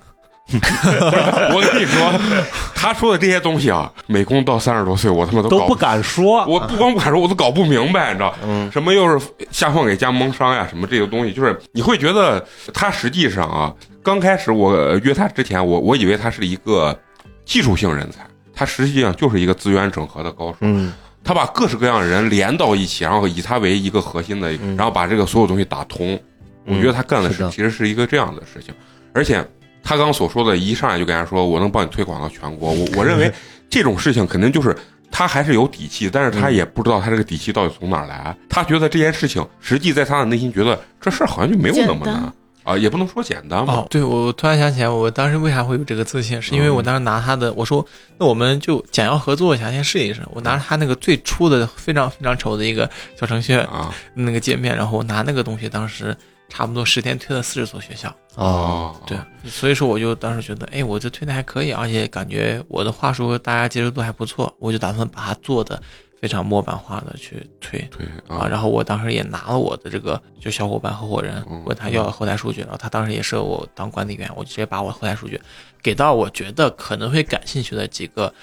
我跟你说，他说的这些东西啊，美工到三十多岁，我他妈都
都
搞
不敢说。
我不光不敢说，我都搞不明白，你知道？
嗯
什么又是下放给加盟商呀，什么这些东西，就是你会觉得他实际上啊，刚开始我呃约他之前，我我以为他是一个技术性人才，他实际上就是一个资源整合的高手。
嗯
他把各式各样的人连到一起，然后以他为一个核心的，
嗯
然后把这个所有东西打通。我觉得他干的
嗯是
事
的
其实是一个这样的事情，而且他刚所说的，一上来就跟人家说我能帮你推广到全国，我我认为这种事情肯定就是他还是有底气，但是他也不知道他这个底气到底从哪儿来，他觉得这件事情实际在他的内心觉得这事儿好像就没有那么
简
难
单
啊，也不能说简单吧
哦，，对，我我突然想起来，我当时为啥会有这个自信，是因为我当时拿他的，我说那我们就简要合作一下，先试一试。我拿着他那个最初的非常非常丑的一个小程序
啊
那个界面，然后我拿那个东西，当时差不多十天推了四十所学校。
啊
哦，
对，所以说我就当时觉得，哎，我这推的还可以，而且感觉我的话术大家接受度还不错，我就打算把它做的非常模板化的去推。
对
啊，
啊
然后我当时也拿了我的这个就小伙伴合伙人
嗯
问他要后台数据，然后他当时也是我当管理员，我就直接把我后台数据给到我觉得可能会感兴趣的几个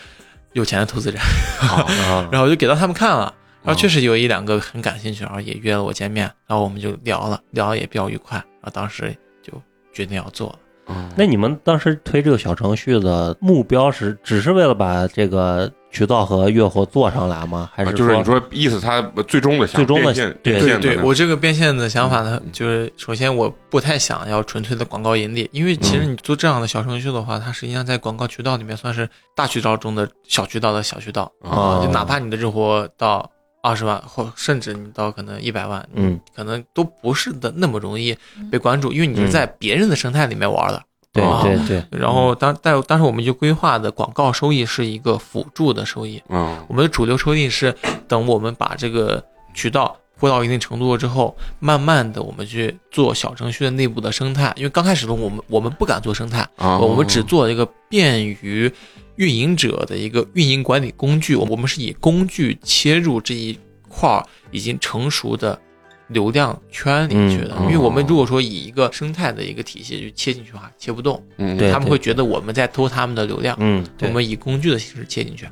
有钱的投资人，
嗯
啊
然后我就给到他们看了，然后确
实
实有一两个很感兴趣，然后也约了我见面，然后我们就聊了，聊得也比较愉快，然后当时就决定要做了。
啊
那你们当时推这个小程序的目标是只是为了把这个渠道和月活做上来吗？还是
啊就是你说意思，他最终的想
最终的
变现
对
变
对
现
对，
的
我这个变现的想法呢
嗯，
就是首先我不太想要纯粹的广告盈利，因为其实你做这样的小程序的话，它实际上在广告渠道里面算是大渠道中的小渠道的小渠道，
那
啊
就哪怕你的日活到二十万，或甚至你到可能一百万，
嗯，
可能都不是的那么容易被关注，因为你是在别人的生态里面玩的。
对
啊
对对，
然后当但当时我们就规划的广告收益是一个辅助的收益，
嗯
我们的主流收益是等我们把这个渠道铺到一定程度了之后，慢慢的我们去做小程序的内部的生态，因为刚开始的我们我们不敢做生态，
啊，
我们只做一个便于运营者的一个运营管理工具，我们是以工具切入这一块儿已经成熟的。流量圈里去的，
嗯
因为我们如果说以一个生态的一个体系去切进去的话，切不动，
嗯
对
他们会觉得我们在偷他们的流量。
嗯，
我
对，嗯
们以工具的形式切进去，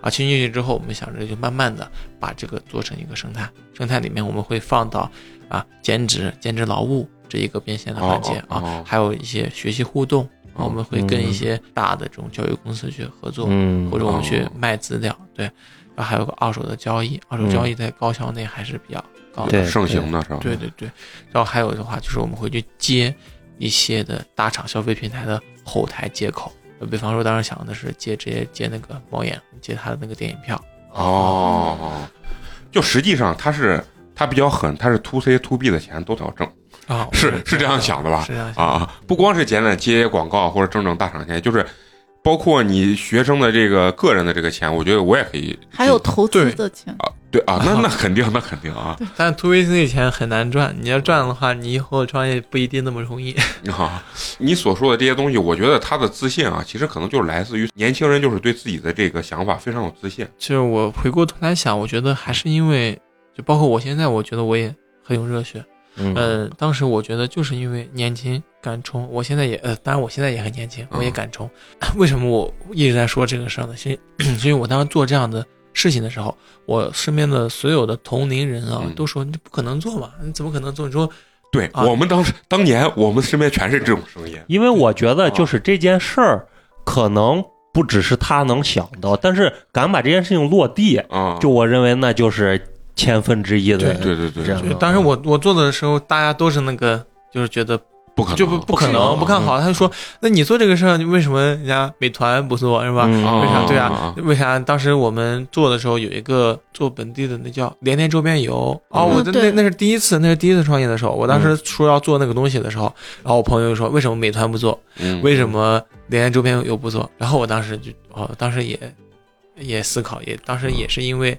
啊，切进去之后，我们想着就慢慢的把这个做成一个生态，生态里面我们会放到啊兼职、兼职劳务这一个变现的环节
哦哦哦
啊，还有一些学习互动，
哦
啊我们会跟
嗯
一些大的这种教育公司去合作，
嗯
或者我们去
哦
卖资料，对，然后还有个二手的交易，二手
嗯
交易在高校内还是比较高的，
对
哦盛行的是吧？
对对对，然后还有的话就是我们会去接一些的大厂消费平台的后台接口，呃比方说当时想的是接直接接那个猫眼，接他的那个电影票，
哦，就实际上他是他比较狠，他是 to C to B 的钱都要挣，
啊
是是这样想的吧
是这样想，
啊，不光是简单接广告或者挣挣大厂钱，就是包括你学生的这个个人的这个钱，我觉得我也可以。
还有投资的钱，
对 啊，那那肯定，那肯定 啊
但 to VC 的钱很难赚，你要赚的话，你以后创业不一定那么容易。
啊！你所说的这些东西，我觉得他的自信啊，其实可能就是来自于年轻人，就是对自己的这个想法非常有自信。
就是我回过头来想，我觉得还是因为，就包括我现在，我觉得我也很有热血，
嗯
呃，当时我觉得就是因为年轻敢冲，我现在也呃，当然我现在也很年轻，我也
嗯
敢冲。 为什么我一直在说这个事儿呢？是是因为我 当时做这样的事情的时候，我身边的所有的同龄人啊，
嗯
都说你不可能做嘛，你怎么可能做？你说
对、
啊
我们当时当年，我们身边全是这种声音。
因为我觉
啊
得就是这件事儿，可能不只是他能想到，但是敢把这件事情落地，
啊，
就我认为那就是千分之一的
对
对对对
这样
就
的。
当时我我做的时候，大家都是那个，就是觉得
不可能，啊
就不不可能不看好。他就说，那你做这个事儿，你为什么人家美团不做是吧？
嗯
啊
为啥？对啊
啊，
为啥当时我们做的时候有一个做本地的那叫连连周边游哦，
嗯
我的那
对
那是第一次，那是第一次创业的时候，我当时说要做那个东西的时候，然后我朋友就说为什么美团不做，
嗯
为什么连连周边游不做？然后我当时就哦，当时也也思考，也当时也是因为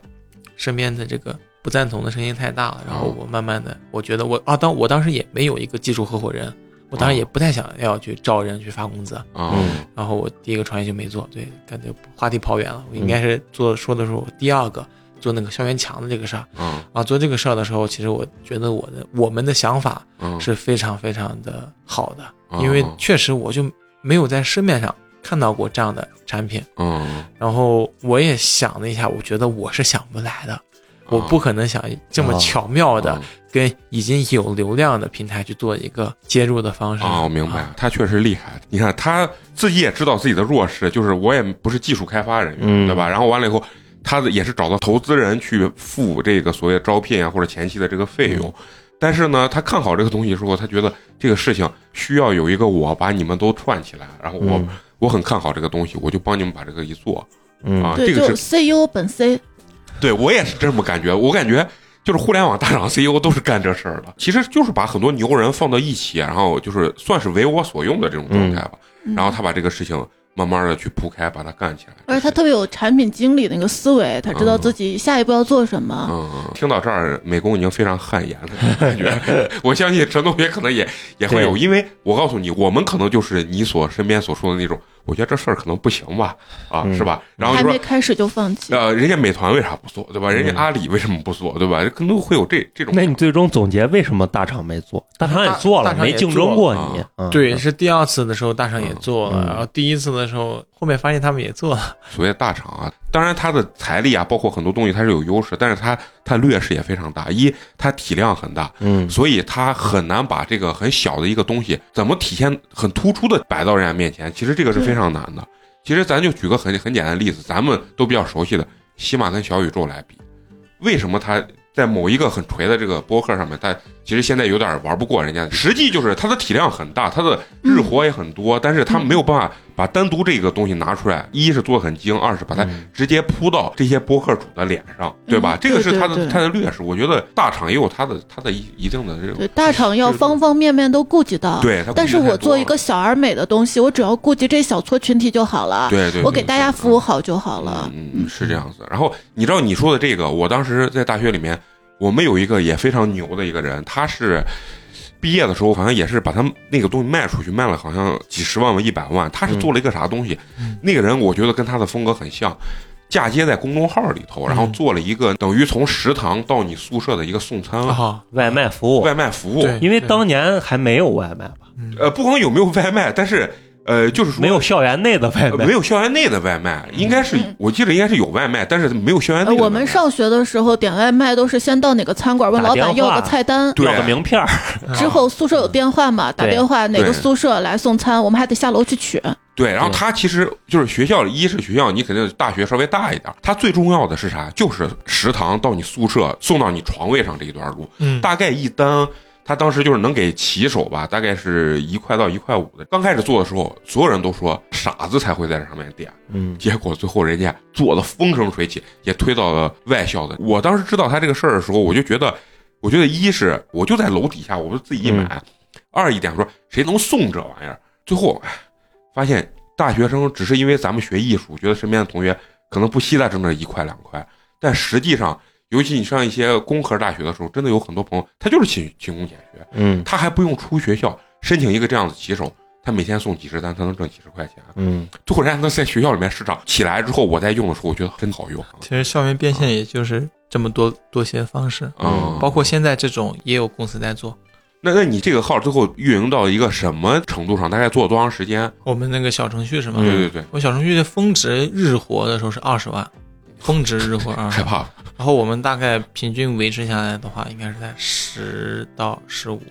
身边的这个。不赞同的声音太大
嗯
了，然后我慢慢的，我觉得我啊，当我当时也没有一个技术合伙人，我
哦
当时也不太想要去招人去发工资，
啊
嗯
然后我第一个创业就没做，对，感觉话题跑远了。我应该是做说的是我第二个做那个校园墙的这个事儿
啊
啊。做这个事儿的时候，其实我觉得我的我们的想法
啊
是非常非常的好的，
啊
因为确实我就没有在市面上看到过这样的产品。
嗯，
然后我也想了一下，我觉得我是想不来的，
哦
我不可能想这么巧妙
好
的跟已经有流量的平台去做一个接入的方式
啊，我明白
啊
了，他确实厉害。你看，他自己也知道自己的弱势，就是我也不是技术开发人员，
嗯
对吧？然后完了以后，他也是找到投资人去付这个所谓招聘啊或者前期的这个费用。但是呢，他看好这个东西之后，他觉得这个事情需要有一个我把你们都串起来，然后我、
嗯
我很看好这个东西，我就帮你们把这个一做啊
嗯，。
对，
这
就
个是
CEO 本 C，
对我也是这么感觉，我感觉。就是互联网大厂 CEO 都是干这事儿的，其实就是把很多牛人放到一起，啊然后就是算是为我所用的这种状态吧。
嗯
然后他把这个事情慢慢的去铺开，把它干起来。
而且他特别有产品经理那个思维，他知道自己下一步要做什么。
嗯，嗯听到这儿，美工已经非常汗颜了，感觉。我相信陈同学可能也也会有，
对
因为我告诉你，我们可能就是你所身边所说的那种，我觉得这事儿可能不行吧，啊，
嗯
是吧？然后
还
就
没
说，
开始就放弃，
呃，人家美团为啥不做，对吧？人家阿里为什么不做，对吧？可能会有这这种。
那你最终总结为什么大厂没做？大厂也
大
做了，
大厂
没
也
竞
做
争
了
过
啊
你。嗯
对，，是第二次的时候大厂也做了，
嗯
然后第一次的时候后面发现他们也做了，
所谓大厂啊，当然它的财力啊，包括很多东西它是有优势，但是它它劣势也非常大。一，它体量很大，
嗯
所以他很难把这个很小的一个东西怎么体现很突出的摆到人家面前，其实这个是非常难的。其实咱就举个很很简单的例子，咱们都比较熟悉的喜马跟小宇宙来比，为什么他在某一个很锤的这个播客上面，他其实现在有点玩不过人家？实际就是它的体量很大，它的日活也很多，但是他没有办法把单独这个东西拿出来，一是做得很精，二是把它
嗯
直接扑到这些播客主的脸上，对吧？
嗯
这个是
对
它的
对对
它的劣势。我觉得大厂也有它的它的一一定的这种
对，大厂要方方面面都顾及到。
对，它
但是
顾虑太
我做一
多
个
了
小而美的东西，我只要顾及这小撮群体就好了。
对对，嗯
我给大家服务
好
好就好了。
嗯，嗯是这样子。然后你知道你说的这个，我当时在大学里面，我们有一个也非常牛的一个人，他是毕业的时候好像也是把他那个东西卖出去，卖了好像几十万吧，一百万。他是做了一个啥东西？
嗯
那个人我觉得跟他的风格很像。嫁接在公众号里
嗯
头，然后做了一个等于从食堂到你宿舍的一个送餐、
哦
啊，
外卖服务，
外卖服务。
对
因为当年还没有外卖吧，
呃，不光有没有外卖，但是呃，就是说
没有校园内的外
呃
卖嗯
没。有校园内的外卖，应该是、我记得应该是有外卖，但是没有校园内
呃，
的外卖。
我们上学的时候点外卖都是先到哪个餐馆问
打
老
电
板要
话
个菜单，
对
要个名片儿，
之后宿舍有电话嘛，打
对
电话哪个
对
宿舍来送餐，我们还得下楼去取。
对，然后
对
他其实就是学校里，一是学校，你肯定大学稍微大一点儿。他最重要的是啥？就是食堂到你宿舍送到你床位上这一段路，
嗯，
大概一单，他当时就是能给骑手吧，大概是一块到一块五的。刚开始做的时候，所有人都说傻子才会在这上面点，
嗯，
结果最后人家做的风生水起，也推到了外校的。我当时知道他这个事儿的时候，我就觉得，我觉得一是我就在楼底下，我就自己买；二一点说谁能送这玩意儿？最后唉发现大学生只是因为咱们学艺术，觉得身边的同学可能不惜在挣这一块两块，但实际上，尤其你上一些工科大学的时候，真的有很多朋友他就是勤勤工俭学，
嗯
他还不用出学校申请一个这样的骑手，他每天送几十单，他能挣几十块钱。啊
嗯，
最后人家能在学校里面市场起来之后，我再用的时候，我觉得真好用。啊
其实校园变现也就是这么多多些方式，
嗯，
包括现在这种也有公司在做。
那那你这个号最后运营到一个什么程度上？大概做了多长时间？
我们那个小程序是吗？
对对对，
我小程序的峰值日活的时候是二十万，峰值日活啊。
害怕了。
然后我们大概平均维持下来的话，应该是在十到十五，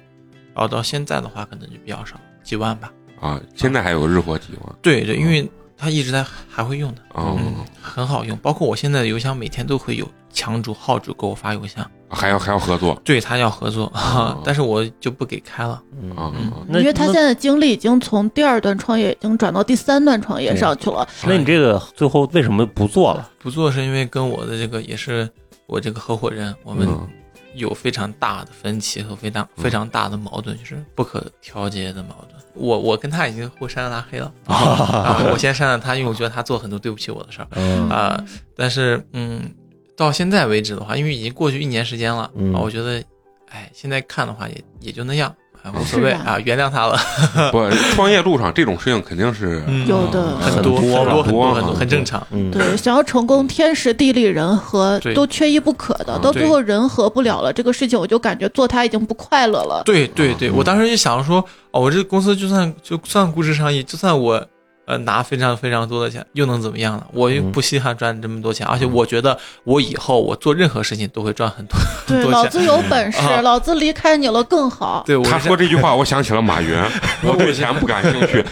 然后到现在的话可能就比较少，几万吧。
啊！现在还有日活级吗？
对对，因为它一直在还会用的，
啊、
嗯，很好用。包括我现在的邮箱每天都会有强主、号主给我发邮箱，
还要还要合作
对他要合作，
哦
但是我就不给开了。
啊、
嗯
那
因为他
那
现在的精力已经从第二段创业已经转到第三段创业上去了，
那你这个最后为什么不做了？
不做是因为跟我的这个也是我这个合伙人，我们
嗯
有非常大的分歧和非常非常大的矛盾，就是不可调节的矛盾。我我跟他已经互删拉 黑了，啊，我先删了他，因为我觉得他做很多对不起我的事儿
嗯
啊、但是嗯，到现在为止的话，因为已经过去一年时间了，
嗯
啊，我觉得，哎，现在看的话也也就那样啊、啊无所谓
是啊
啊，原谅他了，
不，创业路上这种事情肯定是
嗯
有的
很多
很多
很多很
很
多很
多
多，很正常。
嗯，
对，想要成功，天时地利人和
对
都缺一不可的。
嗯
到最后人和不了了，这个事情我就感觉做它已经不快乐了。
对对对，我当时就想说，哦，我这个公司就算就算估值上亿，就算我呃拿非常非常多的钱，又能怎么样呢？我又
嗯
不稀罕赚这么多钱，而且我觉得我以后我做任何事情都会赚很多
对
很，多
老
钱。
子有本事，
啊
老子离开你了更好。
对，我
他
是
说这句话，我想起了马云。我对钱不感兴趣，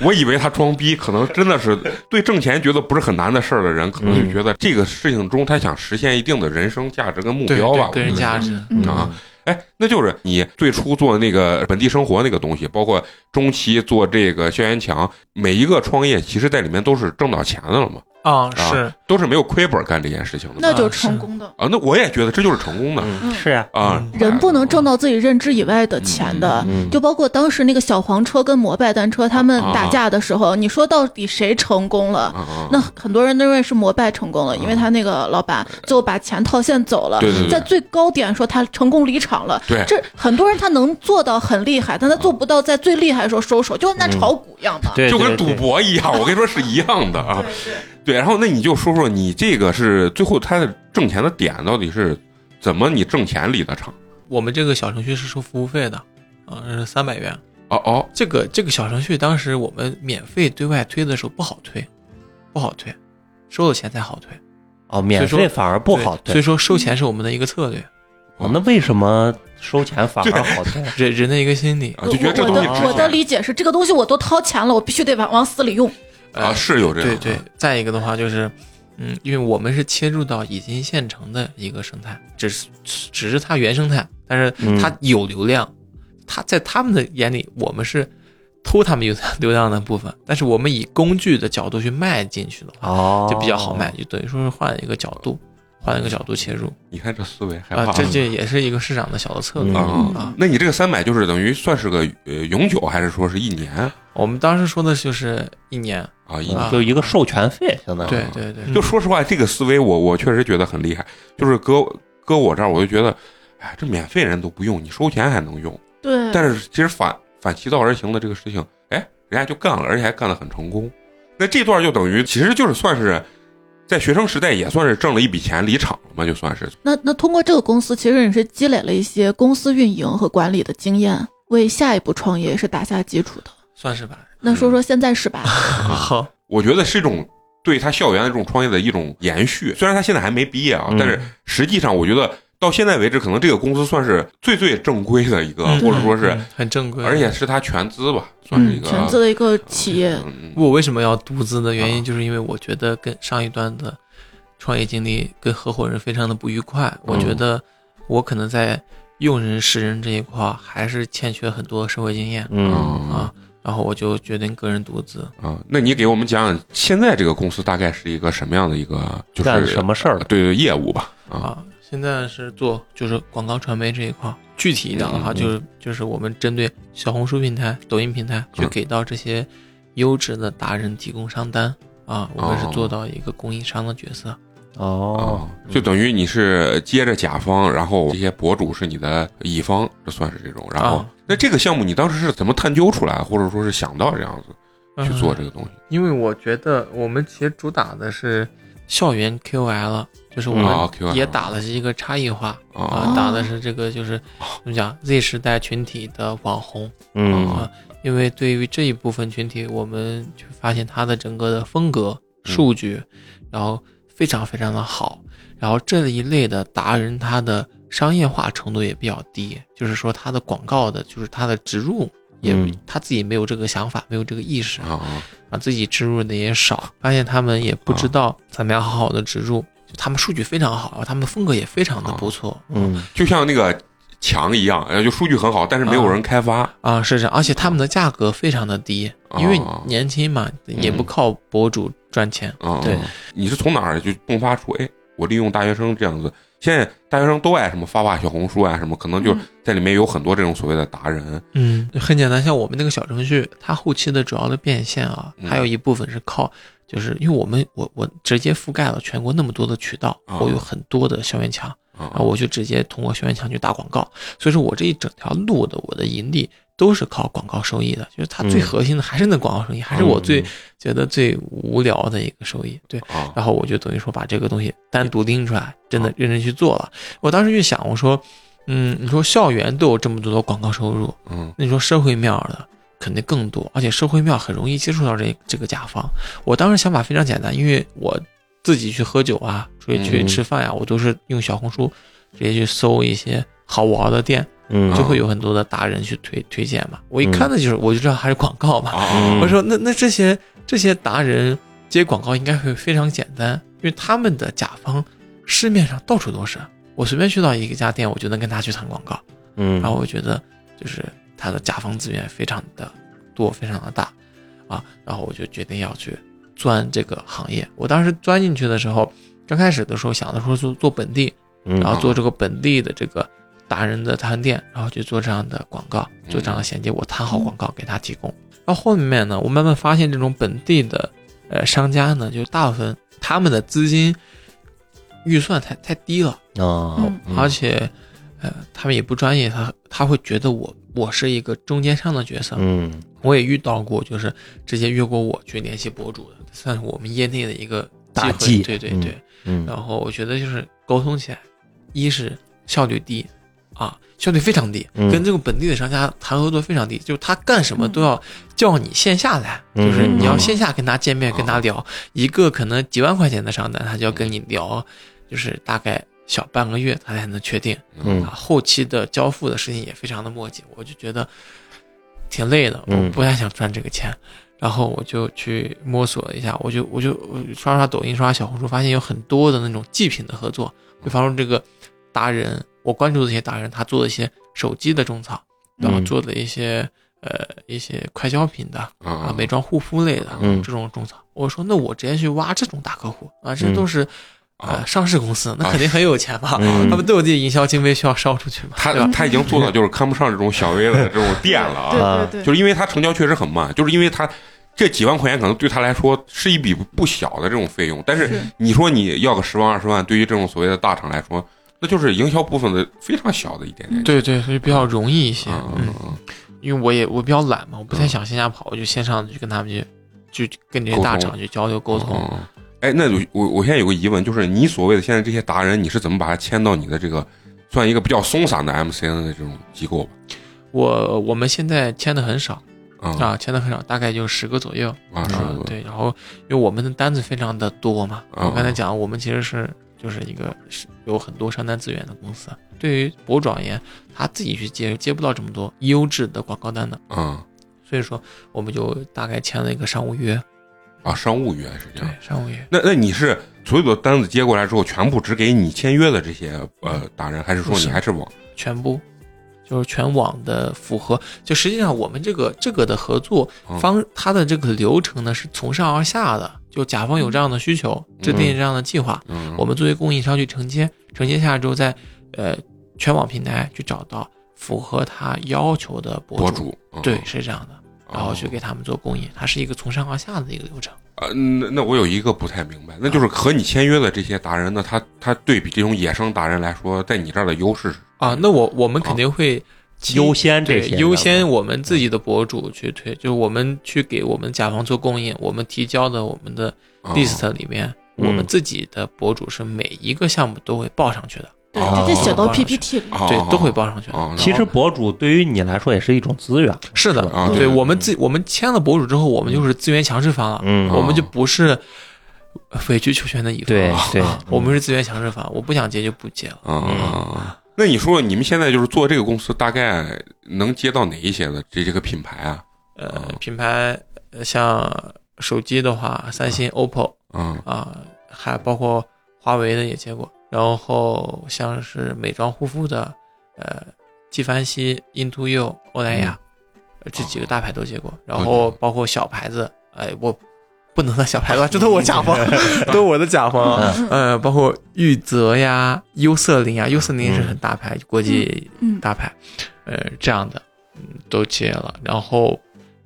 我以为他装逼，可能真的是对挣钱觉得不是很难的事儿的人，可能
嗯
就觉得这个事情中他想实现一定的人生价值跟目
对
标吧
对。个人
我觉得
价值，
嗯
啊，哎，那就是你最初做那个本地生活那个东西，包括中期做这个校园墙，每一个创业其实在里面都是挣到钱的了嘛，
啊，
啊
是
都是没有亏本干这件事情的嘛。
那就成功的。
啊，那我也觉得这就是成功的
嗯是呀，
啊，
人不能挣到自己认知以外的钱的，
嗯嗯
就包括当时那个小黄车跟摩拜单车他们打架的时候，你说到底谁成功了？
啊啊，
那很多人都认为是摩拜成功了，因为他那个老板最后把钱套现走了，
对对对
在最高点说他成功离场了。
对
这很多人他能做到很厉害，但他做不到在最厉害的时候收手，就跟那炒股一样嘛。
对，
就跟
对
赌。博一样，我跟你说是一样的啊。
对
对，然后那你就说说你这个是最后他的挣钱的点到底是怎么你挣钱离的场？
我们这个小程序是收服务费的，啊，是三百元。
哦哦，
这个这个小程序当时我们免费对外推的时候不好推，不好推，收了钱才好推，
哦，免
所以
费
说
反而不好
对所
对。
以说收钱是我们的一个策略，
哦那为什么收钱反而好对？
人人的一个心理。
啊，就觉得这
我
东西
的我
值
的
钱
理解是，这个东西我都掏钱了，我必须得往往死里用。
啊，是有这样
对呃对，再一个的话就是，嗯，因为我们是切入到已经现成的一个生态，只是只是它原生态，但是
嗯
它有流量，它在他们的眼里，我们是偷他们流流量的部分，但是我们以工具的角度去卖进去的话，
哦，
就比较好卖，。就等于说是换了一个角度，换了一个角度切入
你看这思维害怕
啊
了，
这这也是一个市场的小的策略
嗯
啊
啊。
那你这个三百就是等于算是个呃永久，还是说是一年
我们当时说的就是一年，
啊？一
嗯
年。
啊
就一个授权费，相当于
对对对，
嗯就说实话，这个思维我我确实觉得很厉害。就是搁搁我这儿，我就觉得，哎，这免费人都不用，你收钱还能用。
对，
但是其实反反其道而行的这个事情，哎，人家就干了，而且还干得很成功。那这段就等于其实就是算是在学生时代也算是挣了一笔钱离场了嘛，就算是
那那通过这个公司，其实你是积累了一些公司运营和管理的经验，为下一步创业是打下基础的。
算是吧。
那说说现在是吧？
嗯
好，
我觉得是一种对他校园的这种创业的一种延续。虽然他现在还没毕业啊，
嗯
但是实际上我觉得到现在为止，可能这个公司算是最最正规的一个，
嗯
或者说是
嗯，很正规，
而且是他全资吧，算是一个
嗯全资的一个企业，
嗯嗯
我为什么要独资的原
啊
因，就是因为我觉得跟上一段的创业经历跟合伙人非常的不愉快。我
嗯
觉得我可能在用人识人这一块儿还是欠缺很多社会经验
嗯，
啊
啊，然后我就决定个人独资。
啊！那你给我们讲讲现在这个公司大概是一个什么样的一个就
干
是
什么事儿的？
对对业务吧啊
啊，现在是做就是广告传媒这一块儿。具体一点的话，
嗯嗯
就是就是我们针对小红书平台、抖音平台，去
嗯
给到这些优质的达人提供商单啊，我们是
哦
做到一个供应商的角色。
哦
啊，，就等于你是接着甲方，然后这些博主是你的乙方，这算是这种。然后
啊
那这个项目你当时是怎么探究出来，或者说是想到这样子去做
嗯
这个东西？
因为我觉得我们其实主打的是校园 QL，就是我
嗯啊，QOL
们也打的是一个差异化
啊
啊，打的是这个就是怎么讲 Z 时代群体的网红
嗯
啊，因为对于这一部分群体，我们就发现它的整个的风格、
嗯
数据，然后非常非常的好，然后这一类的达人他的商业化程度也比较低，就是说他的广告的，就是他的植入。也
嗯
他自己没有这个想法，没有这个意识
啊啊
啊，自己植入的也少，发现他们也不知
啊
道怎么样好好的植入，就他们数据非常好，然后他们的风格也非常的不错
嗯，
就像那个墙一样，呃就数据很好，但是没有人开发。
啊，是这样，而且他们的价格非常的低，因为
哦
年轻嘛，也不靠博主赚钱，
啊，
对，
你是从哪儿就迸发出哎，我我利用大学生这样子，现在大学生都爱什么发发小红书啊，什么可能就
嗯
在里面有很多这种所谓的达人，
嗯，很简单，像我们那个小程序，它后期的主要的变现啊，
嗯
还有一部分是靠，就是因为我们我我直接覆盖了全国那么多的渠道，
啊
我有很多的校园墙，
啊
然后我就直接通过校园墙去打广告，所以说我这一整条路的我的盈利都是靠广告收益的，就是它最
嗯
核心的还是那广告收益，还是我
嗯
最觉得最无聊的一个收益，对。
啊
然后我就等于说把这个东西单独拎出来，真的认真去做了。我当时就想，我说，嗯，你说校园都有这么多的广告收入，
嗯
那你说社会面儿的肯定更多，而且社会面儿很容易接触到这这个甲方。我当时想法非常简单，因为我自己去喝酒啊，出去去
嗯
吃饭呀、我都是用小红书直接去搜一些好玩儿的店，
嗯
就
啊
会有很多的达人去推推荐嘛。我一
嗯
看那就是，我就知道还是广告嘛。
啊啊
我说那那这些这些达人接广告应该会非常简单，因为他们的甲方市面上到处都是，我随便去到一家店，我就能跟他去谈广告。
嗯
然后我觉得就是他的甲方资源非常的多，非常的大啊，然后我就决定要去钻这个行业。我当时钻进去的时候，刚开始的时候想的说做做本地，
嗯
然后做这个本地的这个达人的探店，然后去做这样的广告，做这样
嗯
的衔接，我谈好广告给他提供。到后面呢，我慢慢发现这种本地的呃商家呢，就大部分他们的资金预算太太低了，
啊
嗯
嗯
而且呃他们也不专业，他他会觉得我我是一个中间商的角色。
嗯
我也遇到过，就是直接越过我去联系博主的，算是我们业内的一个
大
会
忌
对对
嗯
对。
嗯
然后我觉得就是沟通起来，一是效率低，啊，效率非常低，
嗯
跟这个本地的商家谈合作非常低，就是他干什么都要叫你线下来，
嗯
就是你
嗯
要
哦
线下跟他见面、
嗯
跟他聊，一个可能几万块钱的商单，他就要跟你聊，就是大概小半个月他才能确定，
嗯
啊，后期的交付的事情也非常的磨叽，我就觉得挺累的，我
嗯
不太想赚这个钱。然后我就去摸索了一下，我就我就我就刷刷抖音，刷刷小红书，发现有很多的那种祭品的合作，比方说这个达人，我关注的一些达人，他做的一些手机的种草，然后
嗯
做的一些呃一些快消品的，啊
啊，
美妆护肤类的、
嗯
这种种草。我说那我直接去挖这种大客户啊，这都是、
啊
呃上市公司，那
啊
肯定很有钱嘛，
嗯
他们都有自己营销经费需要烧出去嘛，对
他
吧？
他已经做到就是看不上这种小微的这种店了啊，
啊
对对
就
对，
是因为他成交确实很慢，就是因为他这几万块钱可能对他来说是一笔不小的这种费用，但是
是
你说你要个十万二十万，对于这种所谓的大厂来说，那就是营销部分的非常小的一点点。
对对，所以比较容易一些。
啊，
嗯，
嗯
因为我也我比较懒嘛，我不太
嗯
想线下跑，我就线上去跟他们去，去跟这
沟
些
通
大厂去交流沟通。。
嗯哎，那有我我现在有个疑问，就是你所谓的现在这些达人，你是怎么把他签到你的这个算一个比较松散的 MCN 的这种机构吧？
我我们现在签的很少
啊
啊，签的很少，大概就十个左右。
啊，是
啊
的，
对，然后因为我们的单子非常的多嘛，
啊
我刚才讲，我们其实是就是一个是有很多商单资源的公司。对于博主而言，他自己去接接不到这么多优质的广告单的，
啊
所以说我们就大概签了一个商务约，
啊，商务约是这
对
样。，
商务约。
那那你是所有的单子接过来之后，全部只给你签约的这些呃达人，还是说
不
你
是
还是往
全部，就是全网的符合。就实际上我们这个这个的合作
嗯
方，它的这个流程呢是从上而下的，就甲方有这样的需求，制定这样的计划，
嗯
我们作为供应商去承接，承接下来之后再呃全网平台去找到符合他要求的博
博主？嗯
对，，是这样的。
哦
然后去给他们做供应，它是一个从上而下的一个流程。
啊，那那我有一个不太明白，那
啊
就是和你签约的这些达人呢，他他对比这种野生达人来说，在你这儿的优势是
啊，那我我们
哦
肯定会先
优先这
对
些
优先我们自己的博主去推，就是我们去给我们甲方做供应，我们提交的我们的
啊
list 里面，
嗯
我们自己的博主是每一个项目都会报上去的，
对
哦
直接写到
哦
PPT 里。
啊
对
啊，
都会报上去的。
啊，
其实博主对于你来说也是一种资源，
是的，
啊对
对
嗯
对
我们自我们签了博主之后，我们就是资源强势方了，
嗯
哦
我们就不是委曲求全的一方
对
了，
对嗯
啊，我们是资源强势方，我不想接就不接了。
啊啊。
嗯
啊那你说你们现在就是做这个公司，大概能接到哪一些的这这个品牌啊？
呃
哦，
品牌呃像手机的话，三星、OPPO。
啊
啊，还包括华为的也接过，然后像是美妆护肤的，呃，纪梵希、Into You、欧莱雅，呃这几个大牌都接过，然后包括小牌子，哎，我不能算小牌子吧，这都我甲方， 都我的甲方。呃，包括玉泽呀、优色林呀，优色林是很大牌，国际
嗯
大牌，呃，这样的嗯都接了。然后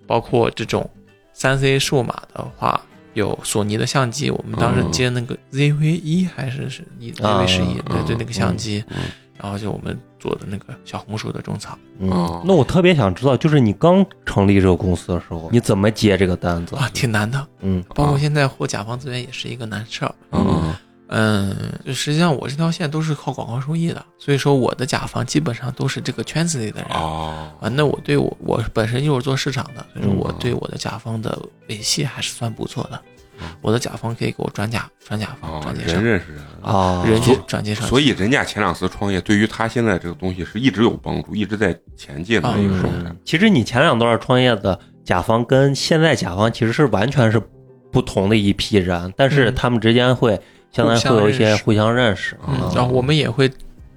包括这种三 C 数码的话，有索尼的相机，我们当时
嗯
接那个 ZV 一还是是你
啊
ZV 十一，对对，
嗯
那个相机
嗯嗯，
然后就我们做的那个小红薯的种草。
哦
嗯，那我特别想知道，就是你刚成立这个公司的时候，你怎么接这个单子？
啊，挺难的。
嗯
包
啊
括现在获甲方资源也是一个难事儿。
嗯
嗯，实际上我这条线都是靠广告收益的，所以说我的甲方基本上都是这个圈子里的人。
哦
啊，那我对我我本身就是做市场的，所以说
嗯
我对我的甲方的维系还是算不错的
嗯。
我的甲方可以给我转甲转甲方
哦
转，介绍
人，认识人。
啊，
人
所
去转介绍，
所以人家前两次创业，对于他现在这个东西是一直有帮助，一直在前进
啊
的一个状态
嗯。，其实你前两段创业的甲方跟现在甲方其实是完全是不同的一批人，但是
嗯
他们之间会相当于会有一些互相认识。啊
嗯
嗯，然后我们也会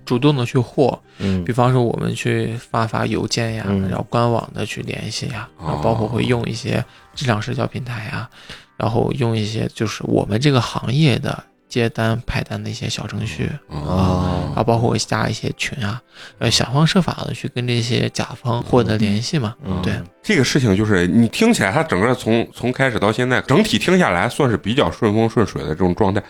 主动的去获，
嗯
比方说我们去发发邮件呀，
嗯
然后官网的去联系呀，
哦
然后包括会用一些质量社交平台呀，然后用一些就是我们这个行业的接单派单的一些小程
嗯
序
哦
啊，包括加一些群啊，呃，想方设法的去跟这些甲方获得联系嘛。
嗯
对，
这个事情就是你听起来，它整个从从开始到现在，整体听下来算是比较顺风顺水的这种状态，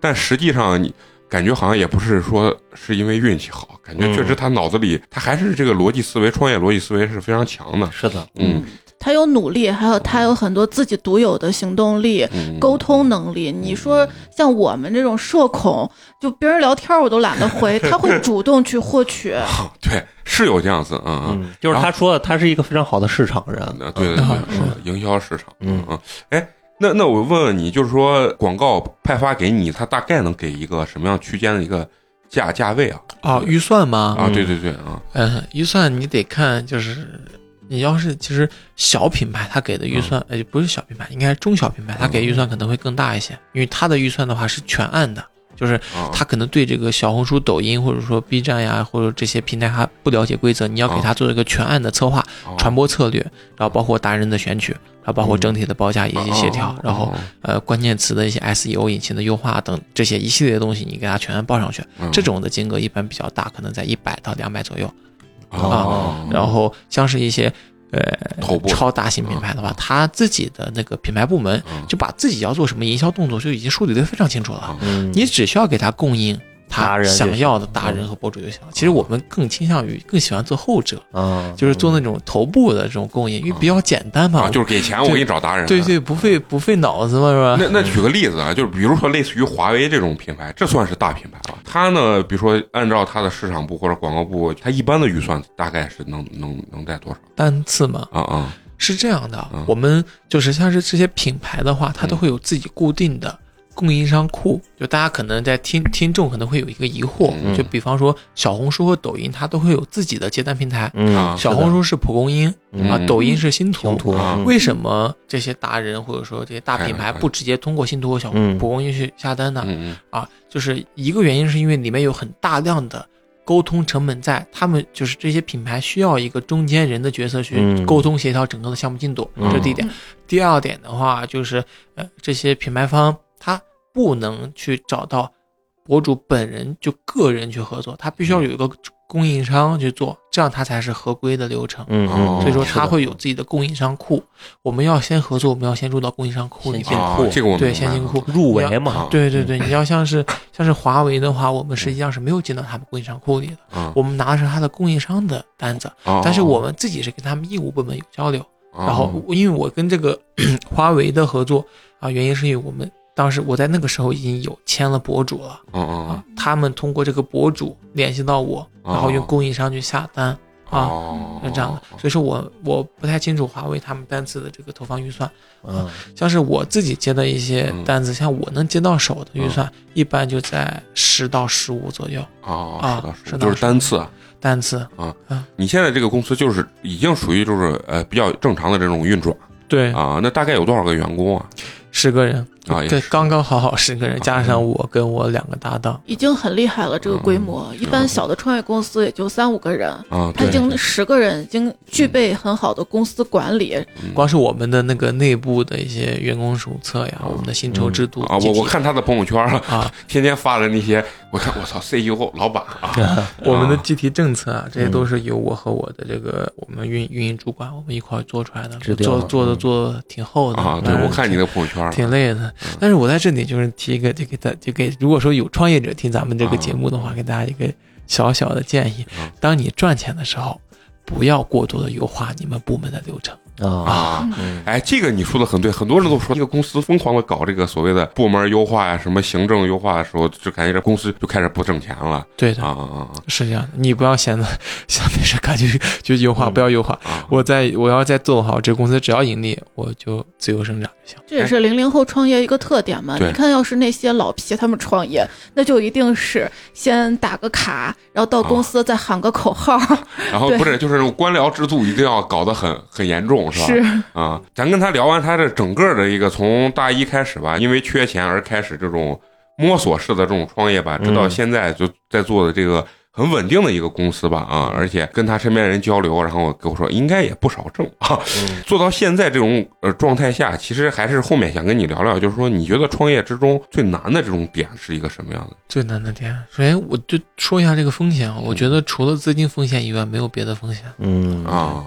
但实际上你感觉好像也不是说是因为运气好，感觉确实他脑子里他还是这个逻辑思维、创业逻辑思维是非常强的。
是的，
嗯
他有努力，还有他有很多自己独有的行动力。
嗯，
沟通能力，你说像我们这种社恐，就别人聊天我都懒 得回，他会主动去获取。
啊 对是有这样子，嗯嗯。
嗯，就是他说的，他是一个非常好的市场人。
啊，对对
啊
对，
是
是的营销市场，
嗯
嗯，哎，那那我问问你，就是说广告派发给你，它大概能给一个什么样区间的一个价价位啊？
啊，预算嘛，
啊，
嗯
对对对啊，
嗯，预算你得看就是。你要是其实小品牌，他给的预
嗯
算，呃，不是小品牌，应该是中小品牌，他给的预算可能会更大一些，因为他的预算的话是全按的，就是
啊
他可能对这个小红书、抖音或者说 B 站呀，或者这些平台他不了解规则，你要
啊
给他做一个全案的策划、
哦
传播策略，然后包括达人的选取，然后包
嗯
括整体的报价以
啊
及协调，然后呃关键词的一些 SEO 引擎的优化等这些一系列的东西，你给他全案报上去。
嗯
这种的金额一般比较大，可能在一百到两百左右。
啊，嗯
然后像是一些呃
头部
超大型品牌的话，他自己的那个品牌部门
嗯啊
就把自己要做什么营销动作就已经梳理得非常清楚了。
嗯，
你只需要给他供应
达
他
人就
想
行
要的达人和博主就行了。其实我们更倾向于更喜欢做后者，
啊，
就是做那种头部的这种供应，因为比较简单嘛，
啊，就是给钱我
对
给你找达人，啊
对。对，不费不费脑子嘛，是吧？
那那举个例子啊，就是比如说类似于华为这种品牌，这算是大品牌了。它呢，比如说按照它的市场部或者广告部，它一般的预算大概是能能能在多少
单次嘛，
啊啊？
是这样的
嗯，
我们就是像是这些品牌的话，它都会有自己固定的。供应商库，就大家可能在听听众可能会有一个疑惑，
嗯
就比方说小红书和抖音，它都会有自己的接单平台。
啊
嗯，
小红书是蒲公英、啊
嗯，
抖音是星图，
平图
啊，
嗯
为什么这些达人或者说这些大品
哎
牌
哎
不直接通过信托和小
嗯
蒲公英去下单呢？
嗯
啊，就是一个原因是因为里面有很大量的沟通成本在，他们就是这些品牌需要一个中间人的角色去
嗯
沟通协调整个的项目进度，这是第一点
嗯。
第二点的话就是，呃，这些品牌方他不能去找到博主本人就个人去合作，他必须
嗯
要有一个供应商去做，这样他才是合规的流程。
嗯，嗯
所以说
是的
他会有自己的供应商库，我们要先合作，我们要先入到供应商库里
先进
面。
啊
库，
这个我
对，
明白
先进
了
库
入围
啊
嘛，
对对对，你要像是像是华为的话，我们实际上是没有进到他们供应商库里的，
啊，
我们拿的是他的供应商的单子，
啊
但是我们自己是跟他们业务部门有交流。
啊
然后因为我跟这个 华为的合作啊，原因是因为我们当时我在那个时候已经有签了博主了
啊啊
啊，他们通过这个博主联系到我，
哦
然后用供应商去下单。啊
啊
是这样的，所以说我我不太清楚华为他们单次的这个投放预算，
嗯，
像是我自己接的一些
嗯
单子，像我能接到手的预
嗯
算，一般就在十到十五左右
啊
啊
的
是的
就是单次。啊
单次。
你现在这个公司就是已经属于就是呃比较正常的这种运转
对，
啊，那大概有多少个员工啊？
十个人
啊，也
对，
是啊
刚刚好好十个人，加上我跟我两个搭档，
已经很厉害了，这个规模，一般小的创业公司也就三五个人，
啊，
他已
嗯对
经十个人已经具备很好的公司管理，
嗯
光是我们的那个内部的一些员工手册呀，我们的薪酬制度
嗯啊，
集
我
体
我看他的朋友圈了，
啊，
天天发的那些，我看我操，CEO 老板啊，
我们的集体政策啊，这些都是由我和我的这个我们运运营主管我们一块儿做出来的，
制定
做
了
做的做得挺厚
嗯
的嗯
啊，对
反正
我看你的朋友圈了，
挺累的。但是我在这里就是提一个，就给大就给如果说有创业者听咱们这个节目的话，给大家一个小小的建议
嗯：
当你赚钱的时候，不要过多的优化你们部门的流程。
啊，
啊。
嗯，
哎，这个你说的很对，很多人都说一个公司疯狂的搞这个所谓的部门优化呀、什么行政优化的时候，就感觉这公司就开始不挣钱了
对
啊
的，
啊
是这样的。你不要闲的，闲没事干就就优化，
嗯
不要优化。
啊啊！
我在我要再做好这个公司，只要盈利，我就自由生长就行。
这也是零零后创业一个特点嘛。
哎对
你看，要是那些老皮他们创业，那就一定是先打个卡，然后到公司再喊个口号，
然后
对
啊不是，就是那种官僚制度一定要搞得很很严重，是吧？
是
啊，咱跟他聊完他的整个的一个从大一开始吧，因为缺钱而开始这种摸索式的这种创业吧，直到
嗯
现在就在做的这个很稳定的一个公司吧啊，而且跟他身边人交流，然后给我说应该也不少挣啊。
嗯
做到现在这种呃状态下，其实还是后面想跟你聊聊，就是说你觉得创业之中最难的这种点是一个什么样的？
最难的点，啊首先我就说一下这个风险啊，我觉得除了资金风险以外，没有别的风险。
嗯，
啊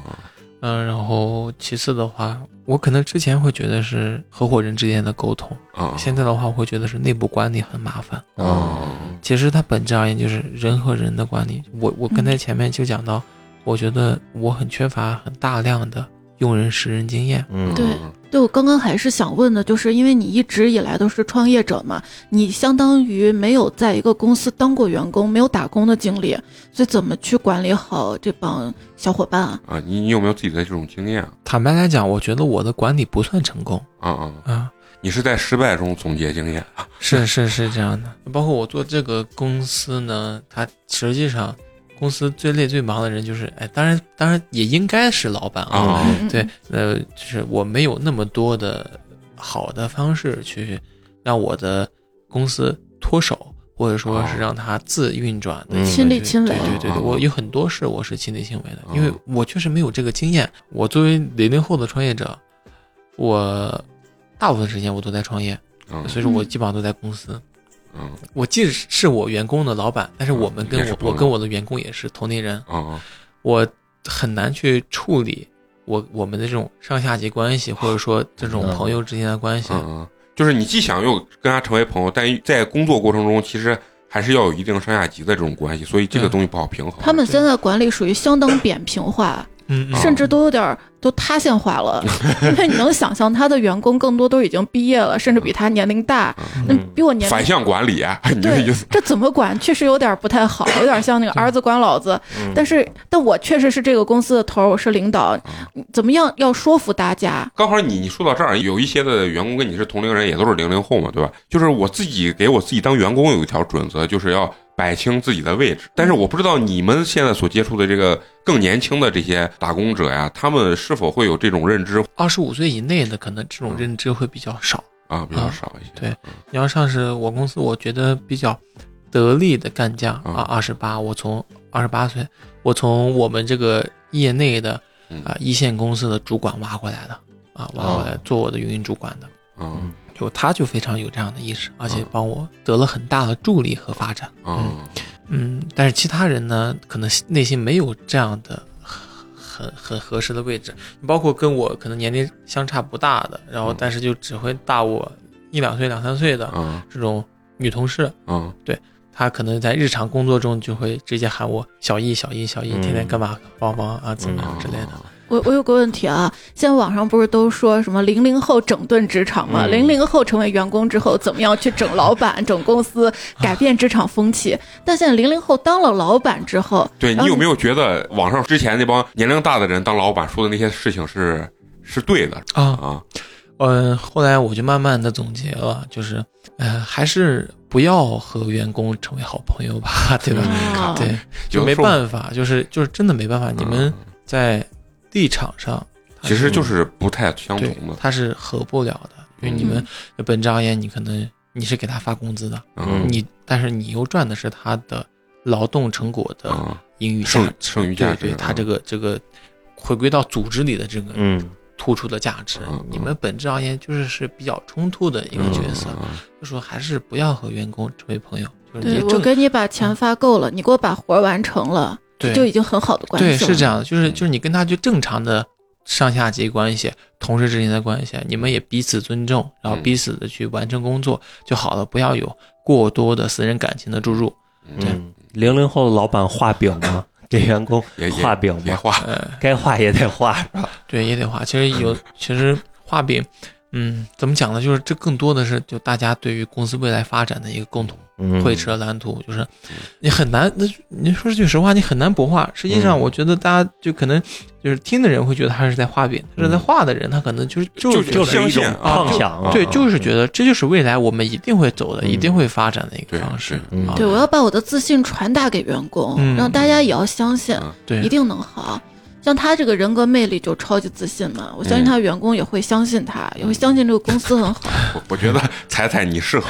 嗯，然后其次的话，我可能之前会觉得是合伙人之间的沟通，
啊
现在的话，我会觉得是内部管理很麻烦。
嗯
啊
其实它本质而言就是人和人的管理。我我刚才前面就讲到，我觉得我很缺乏很大量的用人识人经验。
嗯，
对对，我刚刚还是想问的，就是因为你一直以来都是创业者嘛，你相当于没有在一个公司当过员工，没有打工的经历，所以怎么去管理好这帮小伙伴啊？
啊，你你有没有自己的这种经验啊？
坦白来讲，我觉得我的管理不算成功
啊啊，
啊。
你是在失败中总结经验啊？
是是是这样的，包括我做这个公司呢，它实际上公司最累最忙的人就是，哎，当然当然也应该是老板啊，
啊
嗯，
对，呃，就是我没有那么多的好的方式去让我的公司脱手，或者说是让它自运转的一
嗯
个
亲力
去
亲为
对对对
啊
对，我有很多事我是亲力亲为的，因为
啊
我确实没有这个经验。我作为零零后的创业者，我大部分时间我都在创业，
嗯
所以说我
嗯
基本上都在公司。
嗯
我既是我员工的老板，但是我们跟
也是
我
朋友
我跟我的员工也是同龄人，
啊
我很难去处理我我们的这种上下级关系，或者说这种
嗯
朋友之间的关系。
嗯嗯，就是你既想又跟他成为朋友，但在工作过程中其实还是要有一定上下级的这种关系，所以这个
对
东西不好平衡。
他们现在管理属于相当扁平化，
嗯，嗯
甚至都有点儿都塌陷化了， 因为你能想象他的员工更多都已经毕业了，甚至比他年龄大，那
嗯
比我年
反
龄。
向管理，啊你这个
对
意思，
这怎么管？确实有点儿不太好，有点像那个儿子管老子。
嗯
但是，但我确实是这个公司的头儿，我是领
哦
导，嗯怎么样要说服大家？
刚好你你说到这儿，有一些的员工跟你是同龄人，也都是零零后嘛，对吧？就是我自己给我自己当员工有一条准则，就是要摆清自己的位
嗯
置。但是我不知道你们现在所接触的这个更年轻的这些打工者呀，他们是否会有这种认知
二十五岁以内的，可能这
嗯
种认知会比较少。
啊，比较少一些。
对你要像是我公司，我觉得比较得力的干将
嗯
啊，二十八，我从二十八岁，我从我们这个业内的
嗯哦
啊一线公司的主管挖过来的啊，挖过来做我的运营主管的，
啊
就他就非常有这样的意识，而且
嗯
帮我得了很大的助力和发展。
啊
嗯，但是其他人呢，可能内心没有这样的很很合适的位置，包括跟我可能年龄相差不大的，然后
嗯
但是就只会大我一两岁、两三岁的
啊
这种女同事，
啊
她可能在日常工作中就会直接喊我小易、小易、小易，
嗯
天天干嘛帮忙啊，怎么样之类的。
我我有个问题啊，现在网上不是都说什么零零后整顿职场吗？
嗯
零零、后成为员工之后，怎么样去整老板、整公司，改变职场风气？但现在零零后当了老板之后，
对
然
你
后
有没有觉得网上之前那帮年龄大的人当老板说的那些事情是是对的
啊，
啊？
嗯，后来我就慢慢的总结了，就是，呃，还是不要和员工成为好朋友吧，对吧？
啊
对，就
有的
没
时候嗯
办法，就是就是真的没办法，你们在立场上
其实就是不太相
对
同的，嗯
它是合不了的。因为嗯你们本张爷你可能你是给他发工资的，
嗯
你但是你又赚的是他的劳动成果的
啊，
盈余价
剩
值，
剩余价
对
值，
对，他
啊
这个这个回归到组织里的这个
嗯
突出的价值
嗯嗯，
你们本质而言就是是比较冲突的一个角色，
嗯嗯
就说还是不要和员工成为朋友，就
嗯
是
对
你
我
正嗯
给你把钱发够了，你给我把活儿完成了，
对
就已经很好的关系
对
了。
是这样的，就是
嗯
就是你跟他就正常的上下级关系、同事之间的关系，你们也彼此尊重，然后
嗯
彼此的去完成工作就好了，不要有过多的私人感情的注入。
嗯，零零后老板画饼吗？给员工
也也
画饼
也
吗？
画，
呃，
该画也得画，
对，也得画。其实有，其实画饼，嗯，怎么讲呢？就是这更多的是就大家对于公司未来发展的一个共同
嗯
绘制的蓝图，就是你很难，那你说句实话，你很难不画。实际上，
嗯
我觉得大家就可能就是听的人会觉得他是在画饼，但是在画的人，他可能就是
就
就是觉
就
就
得
是一
相信
种
啊
畅想啊，
对，
啊
就是觉得这就是未来我们一定会走的、
嗯
一定会发展的一个
对
方式
对
啊。
对，我要把我的自信传达给员工，
嗯
让大家也要相信，
嗯
对
一定能好。像他这个人格魅力就超级自信嘛，我相
嗯
信他员工也会相信他，也会相信这个公司 很好。
我我觉得彩彩你适合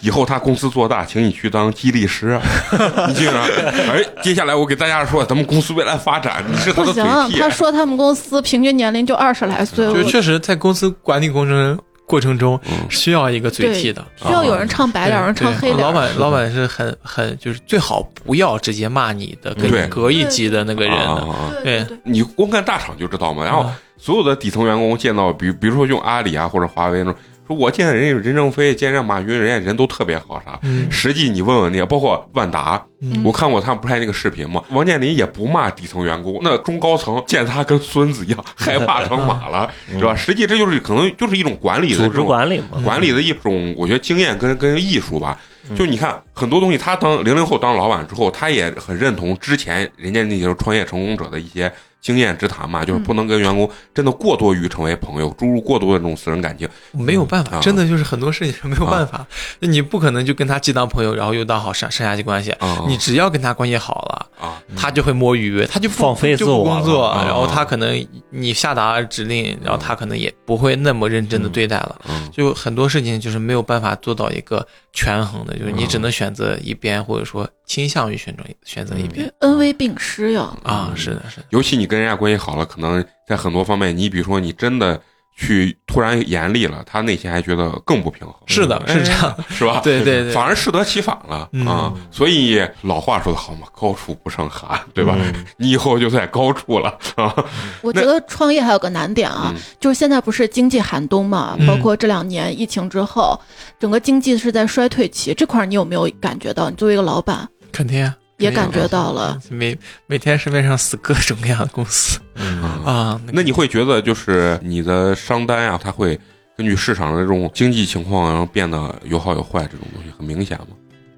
以后他公司做大，请你去当激励师，啊 你记着。哎，接下来我给大家说咱们公司未来发展，你是他
不
的
行啊
嘴，替
他。说他们公司平均年龄就二十来岁，
就是
我
啊确实在公司管理过程过程中
嗯
需要一个嘴替的。
需要有人唱白脸，有人唱黑
对
脸。
老板，老板是很很就是最好不要直接骂你的，跟
对
你隔一级的那个人
啊
的。
啊啊！
对
对嗯
对，
你光看大厂就知道嘛。然后所有的底层员工见到，比比如说用阿里啊或者华为那种，说我见人家任正非，见人家马云，人家人都特别好啥。
嗯
实际你问问那些，包括万达，
嗯
我看过他们拍那个视频嘛，王健林也不骂底层员工，那中高层见他跟孙子一样，害怕成马了，
嗯
是吧？实际这就是可能就是一种管理的
组
这
织
种
管理嘛，
管理的一种，我觉得经验跟跟艺术吧。
嗯
就你看很多东西，他当零零后当老板之后，他也很认同之前人家那些创业成功者的一些经验之谈嘛，就是
嗯
不能跟员工真的过多于成为朋友，注入过多的这种私人感情。
没有办
啊
嗯
法，真的就是很多事情是没
啊
有办法，那你不可能就跟他既当朋友，然后又当好上上下级关系
啊。
你嗯只要跟他关系好了，
啊，
他就会摸鱼，他就不
放飞
就
自我
不工作，
了啊
然后他可能你下达指令，然后他可能也不会那么认真的对待了。
嗯
就很多事情就是没有办法做到一个权衡的，就是你
嗯
只能选择一边，或者说倾向于选择选择一边
恩威并施呀。
啊。是的，是的，
尤其你跟人家关系好了，可能在很多方面，你比如说你真的去突然严厉了，他内心还觉得更不平衡，哎
是的，嗯是这样。
是吧？
对对对，
反而适得其反了
嗯
啊！所以老话说得好嘛，高处不胜寒，对吧？
嗯
你以后就在高处了 啊！
嗯
我觉得创业还有个难点啊，就是现在不是经济寒冬嘛，
嗯
包括这两年疫情之后，整个经济是在衰退期，这块儿你有没有感觉到？你作为一个老板
肯定啊
也感觉到了，
每每天市面上死各种各样的公司
嗯
啊。
那你会觉得就是你的商单啊，它会根据市场的这种经济情况，然后变得有好有坏，这种东西很明显吗？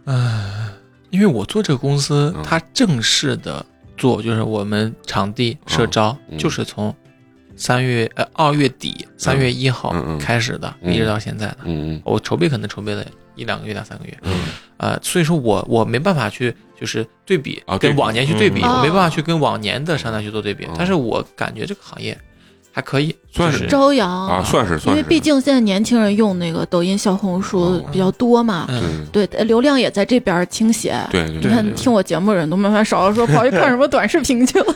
嗯，因为我做这个公司
嗯，
它正式的做就是我们场地社招
嗯，
就是从三月呃二月底三月一号
嗯嗯
开始的，
嗯
一直到现在的。
嗯
我筹备可能筹备了一两个月、两三个月，
嗯
呃，所以说我我没办法去就是对比
啊对
跟
比
往年去对比，
嗯
我没办法去跟往年的商单去做对比
嗯，
但是我感觉这个行业还可以，
算
就是
朝阳，
啊，算是
因
算
为
是，
毕竟现在年轻人用那个抖音、小红书比较多嘛，
嗯，
嗯
对，呃流量也在这边儿倾斜。
对对
你
对，
看，
对对
听我节目的人都慢慢少了说，跑去看什么短视频去了。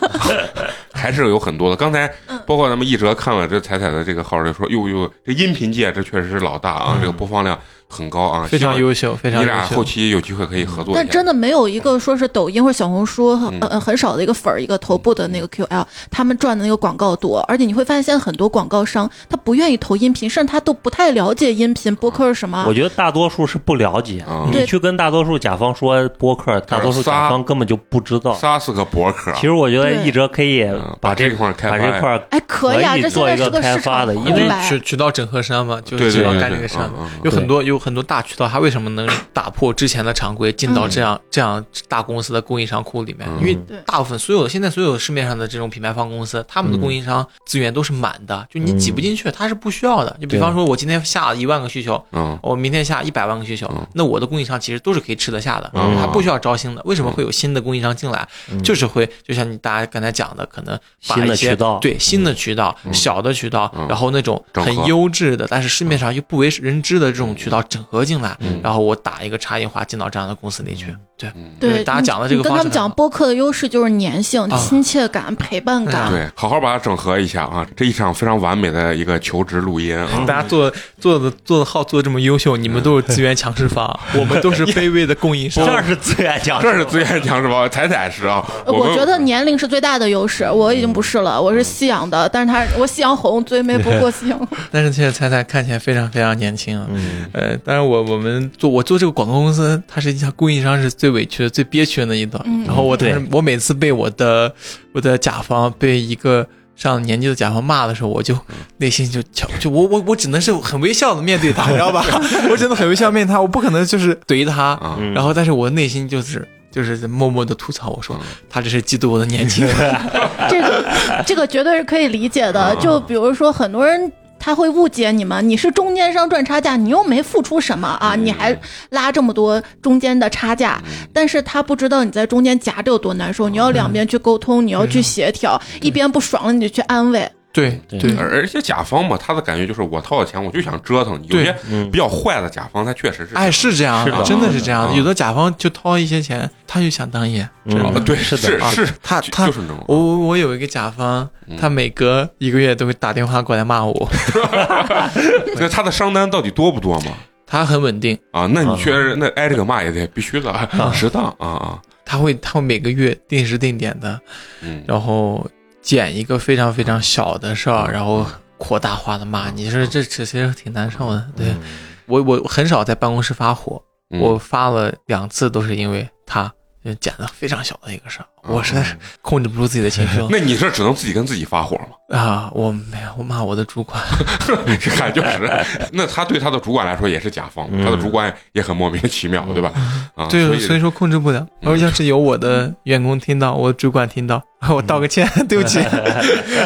还是有很多的。刚才包括咱们一哲看了这彩彩的这个号，就说哟哟，这音频界这确实是老大啊，这个播放量很高啊，
非常
希望
优秀，非常
你
优
俩后
秀。
期有机会可以合作一下，
但真的没有一个说是抖音或者小红书很
嗯
呃很少的一个粉儿，一个头部的那个 QL，他们赚的那个广告多。而且你会发现，现在很多广告商他不愿意投音频，甚至他都不太了解音频播客是什么
嗯我。觉得大多数是不了解
啊，
你去跟大多数甲方说播客，大多数甲方根本就不知道。
仨是个博客啊，
其实我觉得
对
一哲可以
嗯
把
把这
这
块儿开发
把这块儿
哎，可以啊，
可以
这现在
做
是
一个
市
开发
场
的
红
因为
白
渠渠道整合商嘛，就
对
是
对
渠道
对
干这
对
个
嗯
商嘛
嗯嗯，
有很多有很多大渠道，它为什么能打破之前的常规，进到这样这样大公司的供应商库里面？
嗯
因为
对
大部分所有现在所有市面上的这种品牌方公司，他们的
嗯
供应商资源都是满的，就你挤不进去，它是不需要的。就比方说，我今天下一万个需求，
嗯
我明天下一百万个需求
嗯，
那我的供应商其实都是可以吃得下的，
嗯
它不需要招新的。为什么会有新的供应商进来？就是会就像你大家刚才讲的，可能把
嗯新的
一些
渠道
对新的渠道、
哦嗯
小的渠道，
嗯
然后那种
整
很
合
优质的，但是市面上又不为人知的这种渠道整合进来，
嗯
然后我打一个差异化进到这样的公司里去。对，
嗯
就是
对，
大家讲的这个
你跟
方
他
式
们讲
很好
播客的优势就是粘性、
啊
亲切感、陪伴感。
对，好好把它整合一下啊！这一场非常完美的一个求职录音 啊，
大家做做的做的号做的这么优秀，你们都是
嗯
资源强势方，我们 都是卑微的供应商。
这是自愿
啊
讲，
这是资源强 势包，彩彩是啊，
呃
们
我觉得年龄是最大的优势，我已经不是了，我是夕阳的，但是他我夕阳红，最美不过夕阳红。
但是现在彩彩看起来非常非常年轻啊。
嗯，
呃，当然我我们做我做这个广告公司，它实际上供应商是最委屈的、最憋屈的那一段。
嗯
然后我当时
对
我每次被我的我的甲方被一个上了年纪的甲方骂的时候，我就内心就就就我我我只能是很微笑的面对他，你知道吧？ 我只能很微笑地面对他，我不可能就是怼他。
啊，
嗯
然后，但是我内心就是就是默默的吐槽，我说
嗯
他这是嫉妒我的年轻。
这个这个绝对是可以理解的。就比如说，很多人他会误解你们，你是中间商赚差价，你又没付出什么啊，你还拉这么多中间的差价，但是他不知道你在中间夹着有多难受。你要两边去沟通，你要去协调，一边不爽了你就去安慰。
对
对
对，
而而且甲方嘛，他的感觉就是我掏了钱，我就想折腾你。有
对
些
嗯
比较坏的甲方，他确实是，
哎，是这样
是的
真的是这样的。
嗯
有的甲方就掏一些钱，他就想当爷，
嗯
真的
啊对，
是
是
的啊
是，
他
就
他
就是那种
我我我有一个甲方，他每隔一个月都会打电话过来骂我，
那他的商单到底多不多嘛？
他很稳定，
啊，那你确实那挨这个骂也得必须的， 适当啊啊，
他会他会每个月定时定点的，
嗯，
然后捡一个非常非常小的事儿，然后扩大化的骂你，说这这其实挺难受的。对我我很少在办公室发火，
嗯
我发了两次都是因为他就捡了非常小的一个事儿，我实在是控制不住自己的情绪 了
那你是只能自己跟自己发火嘛？
啊！我没有，我骂我的主管，
是看就是，那他对他的主管来说也是甲方，
嗯
他的主管也很莫名其妙，对吧？啊，所
对，
以
所以说控制不了。
嗯
而要是有我的员工听到，我主管 听到，我道个歉， 对不起，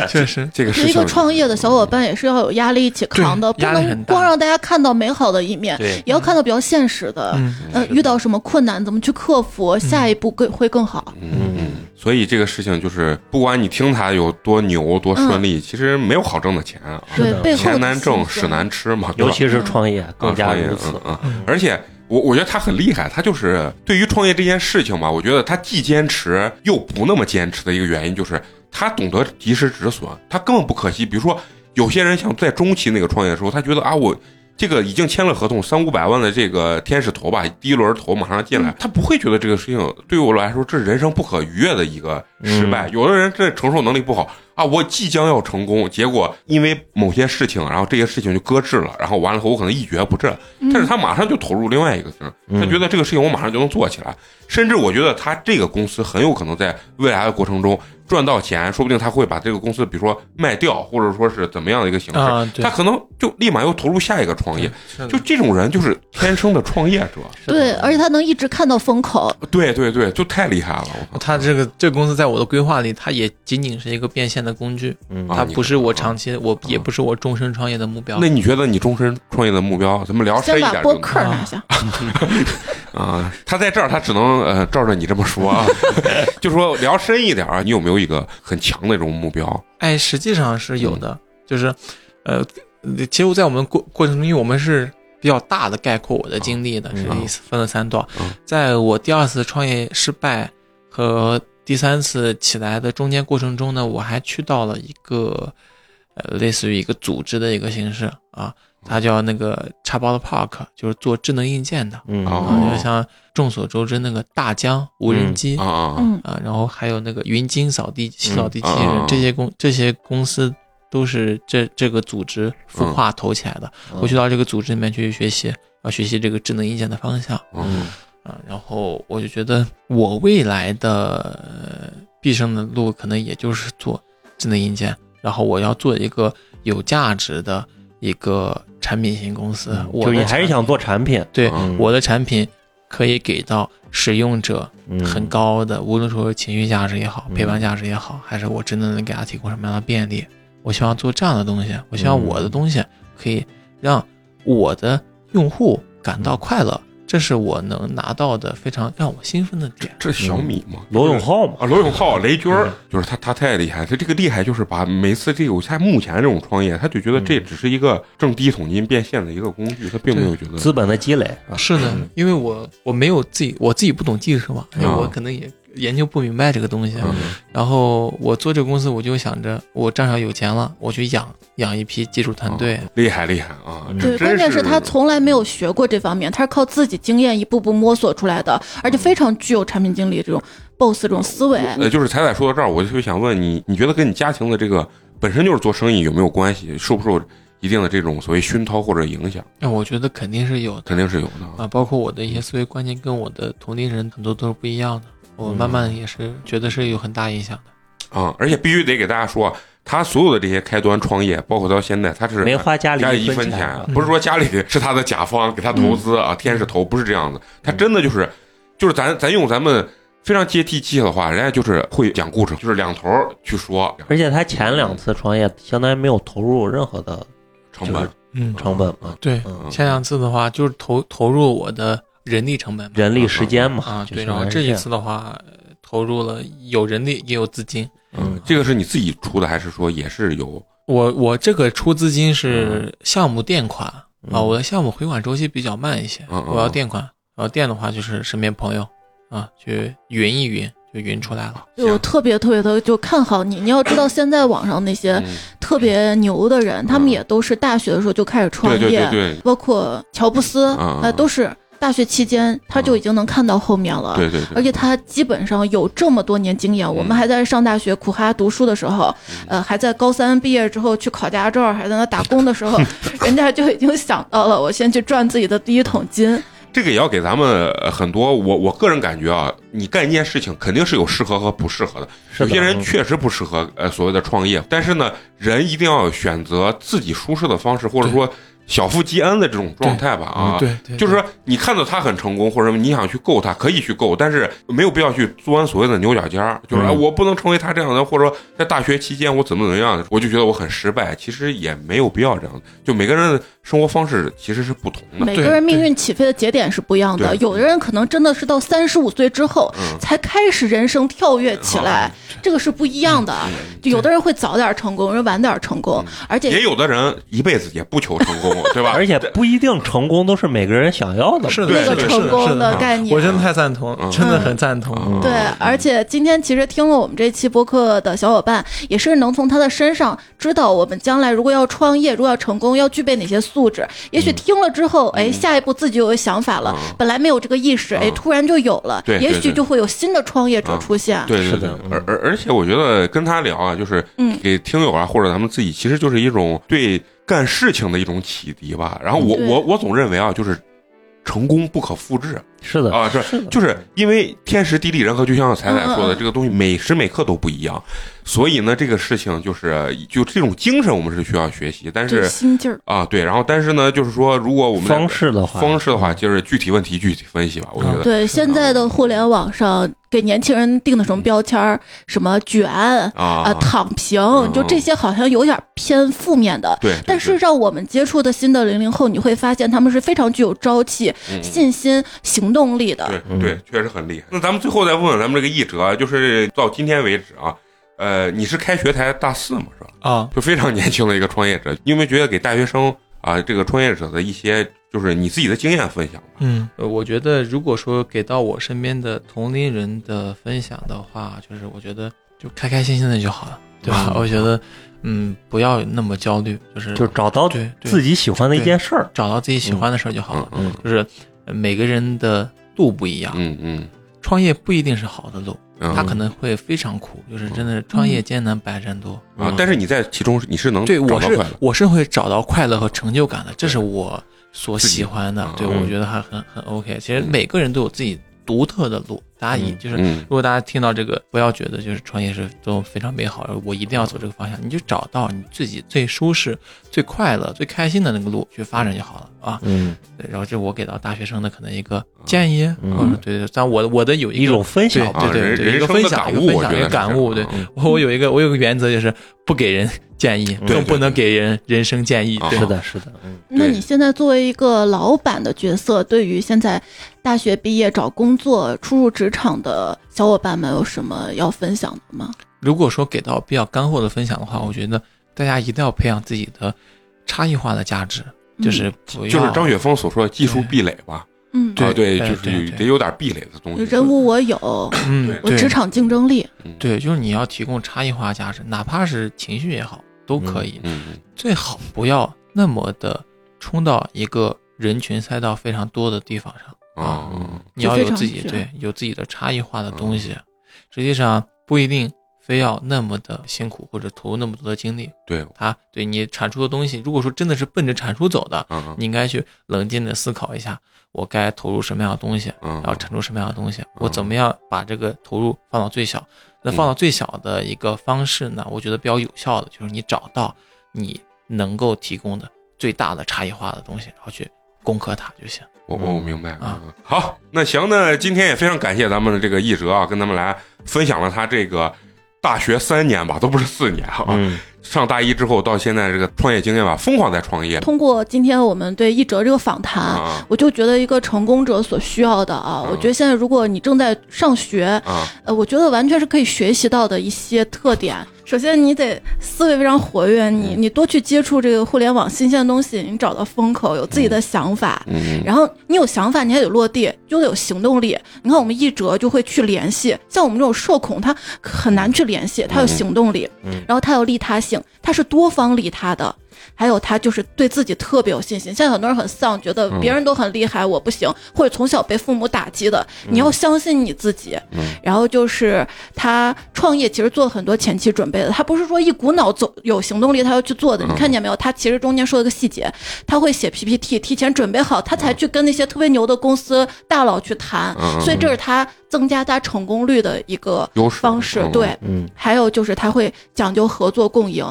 确实。
这个
是
事
一个
情，
创业的小伙伴也是要有压力一起扛的，
对
不
压力很
能
大
光让大家看到美好的一面，
对，
也要看到比较现实的。
嗯，
呃，遇到什么困难怎么去克服，下一步更会更好。
嗯嗯，所以这个事情就是，不管你听他有多牛多顺利，其实没有好挣的钱啊，
的
嗯对，背后
钱
的
难挣，
辛
屎
酸
难吃嘛，对
尤
吧？
其是创业更加如此
啊。创业嗯嗯，而且我我觉得他很厉害，他就是对于创业这件事情嘛，我觉得他既坚持又不那么坚持的一个原因就是他懂得及时止损，他根本不可惜。比如说有些人想在中期那个创业的时候，他觉得啊我。这个已经签了合同，三五百万的这个天使投吧，第一轮投马上进
嗯
来，他不会觉得这个事情对于我来说，这是人生不可逾越的一个失败。
嗯
有的人这承受能力不好啊，我即将要成功，结果因为某些事情，然后这些事情就搁置了，然后完了后我可能一蹶不振，但是他马上就投入另外一个事情，他觉得这个事情我马上就能做起来，甚至我觉得他这个公司很有可能在未来的过程中赚到钱，说不定他会把这个公司比如说卖掉，或者说是怎么样的一个形式，
啊，对
他，可能就立马又投入下一个创业。
是的
就这种人就是天生的创业 者，
对，而且他能一直看到风口，
对对对，就太厉害了，我操！
他这个这个公司在我的规划里，它也仅仅是一个变现的工具，
嗯
啊
它不是我长期，我
嗯
也不是我终身创业的目标
那。你觉得你终身创业的目标？咱们聊深
先
一
把
点
播
就
客拿下。
啊、他在这儿，他只能呃照着你这么说 啊，就说聊深一点啊，你有没有一个很强的这种目标？
哎，实际上是有的，就是，呃，其实，在我们过过程中，因为我们是比较大的概括我的经历的，
嗯
是一次分了三段
嗯。
在我第二次创业失败和第三次起来的中间过程中呢，我还去到了一个，呃，类似于一个组织的一个形式啊，它叫那个 c h a b o t Park，就是做智能硬件的。
嗯
哦
啊，就像众所周知那个大疆无人机、
啊啊，啊
嗯，
啊，然后还有那个云鲸扫地机、
嗯
扫地机器
啊啊
人
啊，
这些公这些公司都是这这个组织孵
嗯
化投起来的。我去到这个组织里面去学习，要学习这个智能硬件的方向
嗯
啊。然后我就觉得我未来的呃毕生的路可能也就是做智能硬件，然后我要做一个有价值的一个产品型公司。我
嗯就
的
你还是
产
想做产品，
对
嗯
我的产品可以给到使用者
嗯
很高的，无论说是情绪价值也好，
嗯
陪伴价值也好，还是我真的能给他提供什么样的便利。我希望做这样的东西，我希望我的东西可以让我的用户感到快乐，这是我能拿到的非常让我兴奋的点。
这小米嘛，
嗯
嗯
罗永浩嗯嘛，
啊，罗永浩、雷军儿，就是他，他太厉害。他这个厉害就是把每次这个像目前这种创业，他就觉得这只是一个挣第一桶金变现的一个工具，他并没有觉得
资本的积累啊，
是的，嗯因为我我没有自己，我自己不懂技术嘛，因为
啊
我可能也研究不明白这个东西。
嗯
然后我做这个公司，我就想着我账上有钱了，我去养养一批技术团队。
啊厉害厉害啊！
嗯
这
对，
真
关键是
是
他从来没有学过这方面，他是靠自己经验一步步摸索出来的，而
嗯
且非常具有产品经理这种 boss 这种思维。
呃，就是彩彩说到这儿，我就想问你，你觉得跟你家庭的这个本身就是做生意有没有关系？受不受一定的这种所谓熏陶或者影响？
那我觉得肯定是有的
肯定是有的啊。
啊，包括我的一些思维观念跟我的同龄人很多都是不一样的。我
嗯
慢慢也是觉得是有很大影响的。
啊，而且必须得给大家说，啊他所有的这些开端创业，包括到现在，他是
没花家
家里
里
一分
钱
钱
啊，，
不是说家里是他的甲方给他投资啊，天使投不是这样子，他真的就是，就是咱咱用咱们非常接地气的话，人家就是会讲故事，就是两头儿去说
而且他前两次创业相当于没有投入任何的
成本
就，
嗯
成本嘛，
对，
嗯，
前两次的话就是投投入我的人力成本嘛
人力时间嘛，
啊，
就
对，
是
然后这一
样
次的话呃投入了有人力也有资金，
嗯，这个是你自己出的还是说也是有
我我这个出资金是项目垫款啊，我的项目回款周期比较慢一些，
嗯嗯
我要
嗯
垫款，然后垫的话就是身边朋友啊去匀一匀，就匀出来了。
对我特别特别的就看好你，你要知道现在网上那些
嗯
特别牛的人，他们也都是大学的时候就开始创
对
业，
对对对
包括乔布斯
嗯
啊、
嗯
都是大学期间他就已经能看到后面了。
对对对，
啊而且他基本上有这么多年经验。我们还在上大学苦哈读书的时候，呃，还在高三毕业之后去考驾照，还在那打工的时候，人家就已经想到了，我先去赚自己的第一桶金。
这个也要给咱们呃很多我我个人感觉啊，你干一件事情肯定是有适合和不适合的，
是
有
的嗯
些人确实不适合呃所谓的创业，但是呢，人一定要选择自己舒适的方式，或者说小富即安的这种状态吧啊。
对，嗯对
就是说你看到他很成功，或者你想去够他，可以去够，但是没有必要去钻所谓的牛角尖儿。就是、
嗯
哎我不能成为他这样的，或者说在大学期间我怎么怎么样，我就觉得我很失败。其实也没有必要这样，就每个人的生活方式其实是不同的。
每个
对
人命运起飞的节点是不一样的，
嗯对
有的人可能真的是到三十五岁之后
嗯
才开始人生跳跃起来，这个是不一样的。就有的人会早点成功，有人晚点成功，而且
也有的人一辈子也不求成功，对吧？
而且不一定成功都是每个人想要的嘛，
是的，
那
是
个
的嗯是
成功
是
的概念，
我真的太赞同，
嗯
真的很赞同。
嗯
对，而且今天其实听了我们这期播客的小伙伴，也是能从他的身上知道，我们将来如果要创业，如果要成功，要具备哪些素质。也许听了之后，哎，下一步自己有想法了
嗯，
本来没有这个意识，哎，
嗯
突然就有了
对，对嗯
也许就会有新的创业者出现。
对对
是
对
的，嗯
而而而且我觉得跟他聊啊，就是
嗯
给听友啊，或者咱们自己，其实就是一种对干事情的一种启迪吧。然后我
嗯对
我我总认为啊，就是成功不可复制
是的，
啊，是
的
就是因为天时地利人和，就像彩彩说的，
嗯嗯嗯
这个东西每时每刻都不一样，所以呢，这个事情就是就这种精神，我们是需要学习，但
这
是。
心劲儿，
啊，对，然后但是呢，就是说，如果我们
方式的话，
方式的话，就是具体问题具体分析吧，我觉得。
嗯对现在的互联网上给年轻人定的什么标签儿，什么卷啊、
啊，
躺平，就
嗯
这些好像有点偏负面的。
对，
但是让我们接触的新的零零后，你会发现他们是非常具有朝气、
嗯
信心、行动力的。
嗯
对对，确实很厉害。那咱们最后再问问咱们这个译者啊，就是到今天为止啊，呃，你是开学才大四嘛，是吧？
啊，
就非常年轻的一个创业者，你 有没有觉得给大学生啊，这个创业者的一些就是你自己的经验分享？
嗯，呃我觉得如果说给到我身边的同龄人的分享的话，就是我觉得就开开心心的就好了，对吧？
嗯
我觉得，嗯，不要那么焦虑，就是
就是找到
对对
自己喜欢的一件事儿，
找到自己喜欢的事儿就好了
嗯。嗯
就是呃每个人的路不一样，
嗯嗯
创业不一定是好的路，
嗯，
啊他可能会非常苦，就是真的创业艰难百战多
啊，但是你在其中你是能
对
找到
我
快
是
乐。
我是会找到快乐和成就感的，这是我所
自己
喜欢的
嗯。
对，
嗯
我觉得还很很 OK。其实
嗯
每个人都有自己独特的路，大家也
嗯
就是。
嗯
如果大家听到这个，不要觉得就是创业是都非常美好，我一定要走这个方向，你就找到你自己最舒适、最快乐、最开心的那个路去发展就好了啊。
嗯，
对，然后这我给到大学生的可能一个建议，
嗯
或者对对，但我我的
嗯
有一
一
个
种分享
对
吧，
啊，
对对
人
对一
人
个
生
分
的
享
感
一个
悟，
分
我
享
觉
一个
得
感
是
悟对
嗯
我我有一个我有一个原则就是不给人建议，
对
更不能给人人生建议。
啊
对
是的，是的，嗯，
那
对
你现在作为一个老板的角色，对于现在大学毕业找工作、初入职场的小伙伴们，有什么要分享的吗？
如果说给到比较干货的分享的话，我觉得大家一定要培养自己的差异化的价值，就是不要
就是张雪峰所说的技术壁垒吧，
嗯，
对
啊对，
对
就是
对
有
对
得有点壁垒的东西。嗯
人无我有，
嗯
对
我
对
职场竞争力，
对，就是你要提供差异化价值，哪怕是情绪也好，都可以。
嗯，嗯，
最好不要那么的冲到一个人群赛道非常多的地方上，
嗯啊，
你要有自
就
己
非常啊
对有自己的差异化的东西。实际上不一定非要那么的辛苦或者投入那么多的精力。
对，
它对你产出的东西，如果说真的是奔着产出走的，
嗯
你应该去冷静的思考一下，我该投入什么样的东西，
嗯
然后产出什么样的东西，我怎么样把这个投入放到最小？那
嗯
放到最小的一个方式呢，我觉得比较有效的就是你找到你能够提供的最大的差异化的东西，然后去攻克它就行。
我
嗯
我明白
啊。
嗯好，那行，那今天也非常感谢咱们的这个译哲啊，跟咱们来分享了他这个大学三年吧，都不是四年啊，
嗯，
上大一之后到现在这个创业经验吧，疯狂在创业
通过今天我们对一哲这个访谈，
啊
我就觉得一个成功者所需要的啊，
嗯
我觉得现在如果你正在上学，
啊，
呃，我觉得完全是可以学习到的一些特点。首先，你得思维非常活跃，你你多去接触这个互联网新鲜的东西，你找到风口，有自己的想法。
嗯，
然后你有想法，你还得落地，就得有行动力。你看我们一哲就会去联系，像我们这种社恐，他很难去联系，他有行动力，然后他有利他性，他是多方利他的。还有他就是对自己特别有信心。现在很多人很丧，觉得别人都很厉害，我不行，或者从小被父母打击的。你要相信你自己。然后就是他创业，其实做了很多前期准备的，他不是说一股脑走有行动力他就去做的。你看见没有？他其实中间说了个细节，他会写 PPT，提前准备好，他才去跟那些特别牛的公司大佬去谈
嗯嗯。
所以这是他增加他成功率的一个
优势
方式
嗯。嗯
对，
嗯
还有就是他会讲究合作共赢，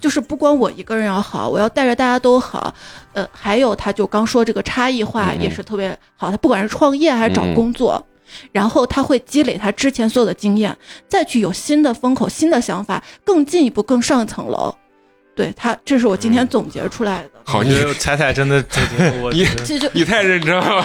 就是不光我一个人要好，我要带着大家都好。呃，还有他就刚说这个差异化
嗯嗯嗯
也是特别好，他不管是创业还是找工作，然后他会积累他之前所有的经验，再去有新的风口、新的想法，更进一步、更上一层楼。对他，这是我今天总结出来的。
好，
我
你
觉得彩彩真的，我
你
嗯
觉得
这就
你太认真了，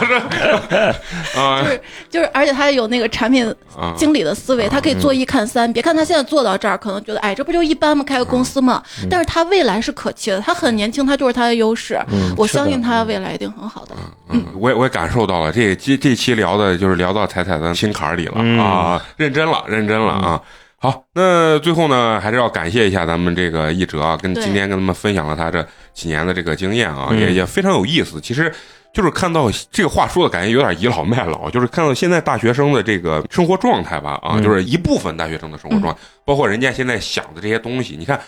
这啊
就是就是，而且他有那个产品
啊，
经理的思维，他可以做一看三。别看他现在做到这儿，可能觉得哎，这不就一般吗？开个公司嘛。但是他未来是可期的，他很年轻，他就是他的优势。
嗯
我
是的
相信他未来一定很好的。
嗯，我也我也感受到了，这这这期聊的就是聊到彩彩的心坎儿里了、
嗯
啊，认真了，认真了啊。好，那最后呢，还是要感谢一下咱们这个译哲啊，跟
对
今天跟他们分享了他这几年的这个经验啊，
嗯
也也非常有意思。其实就是看到这个话说的感觉有点倚老卖老，就是看到现在大学生的这个生活状态吧，啊，
嗯
就是一部分大学生的生
嗯
活状态，包括人家现在想的这些东西，你看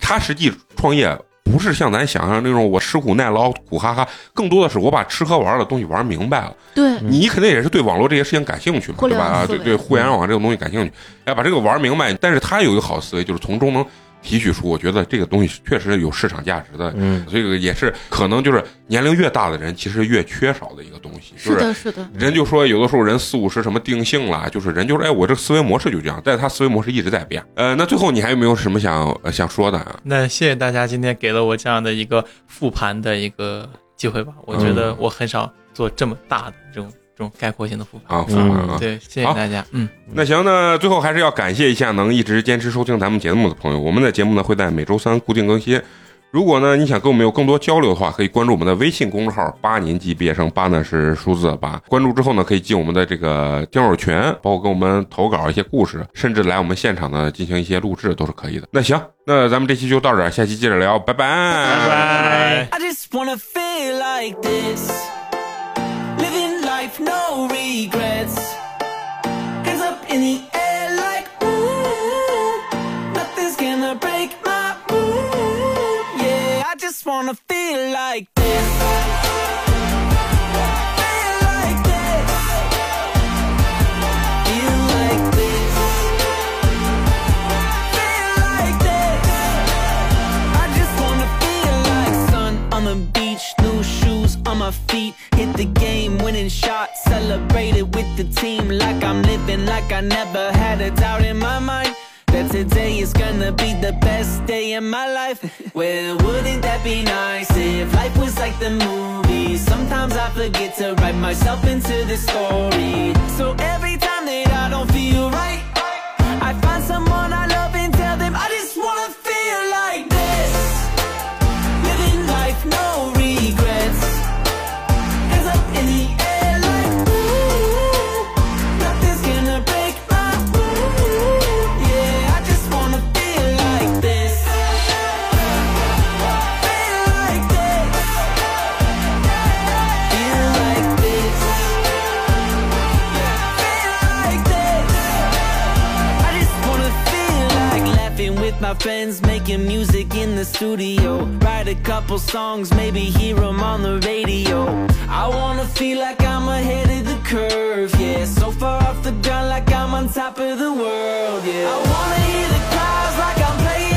他实际创业不是像咱想象那种我吃苦耐劳、苦哈哈，更多的是我把吃喝玩乐的东西玩明白了。
对，
你肯定也是对网络这些事情感兴趣嘛，
嗯互
对
联
吧？
网
啊，
思
对
维
对，互联网这种东西感兴趣，哎，把这个玩明白。但是他有一个好思维，就是从中能提取出，我觉得这个东西确实有市场价值的。
嗯
这个也是可能就是年龄越大的人，其实越缺少的一个东西，就是是
的，是的，
人就说有的时候人四五十什么定性了，就是人就是哎，我这思维模式就这样，但是他思维模式一直在变。呃，那最后你还有没有什么想、呃想说的啊？
那谢谢大家今天给了我这样的一个复盘的一个机会吧。我觉
嗯
得我很少做这么大的这种这种概括性的复盘
啊，复盘啊
嗯。
对，谢谢
好
大家。嗯，
那行呢，最后还是要感谢一下能一直坚持收听咱们节目的朋友。我们的节目呢会在每周三固定更新。如果呢你想跟我们有更多交流的话，可以关注我们的微信公众号“八年级毕业生”，八呢是数字的八。关注之后呢，可以进我们的这个听友群，包括跟我们投稿一些故事，甚至来我们现场呢进行一些录制都是可以的。那行，那咱们这期就到这儿，下期接着聊，拜拜，拜
拜。
I just wanna feel like this. Living life, no regrets. Hands up in the air like ooh. Nothing's gonna break my mood. Yeah, I just wanna feel like this. Feel like this. Feel like this. Feel like this. I just wanna feel like sun on the beach, new shoes on my feet. Hit the game, winning shot, celebrated with the team like I'm living like I never had a doubt in my mind. That's it. today is gonna be the best day in my life. Well, wouldn't that be nice if life was like the movies? Sometimes I forget to write myself into the story. So every time that I don't feel right, I find someone I love and tell them I just wanna feel like this. Living life, no regrets. Hands up in the air like ooh, nothing's gonna break my mood. Yeah, I just wanna feel like this, feel like this, feel like this, feel like this. I just wanna feel like laughing with my friends, making music in the studio. Write a couple songs, maybe hear 'em on the radio. I wanna feel like I'm ahead of the curve, yeah. So far off the ground, like I'm on top of the world, yeah. I wanna hear the clouds like I'm playing.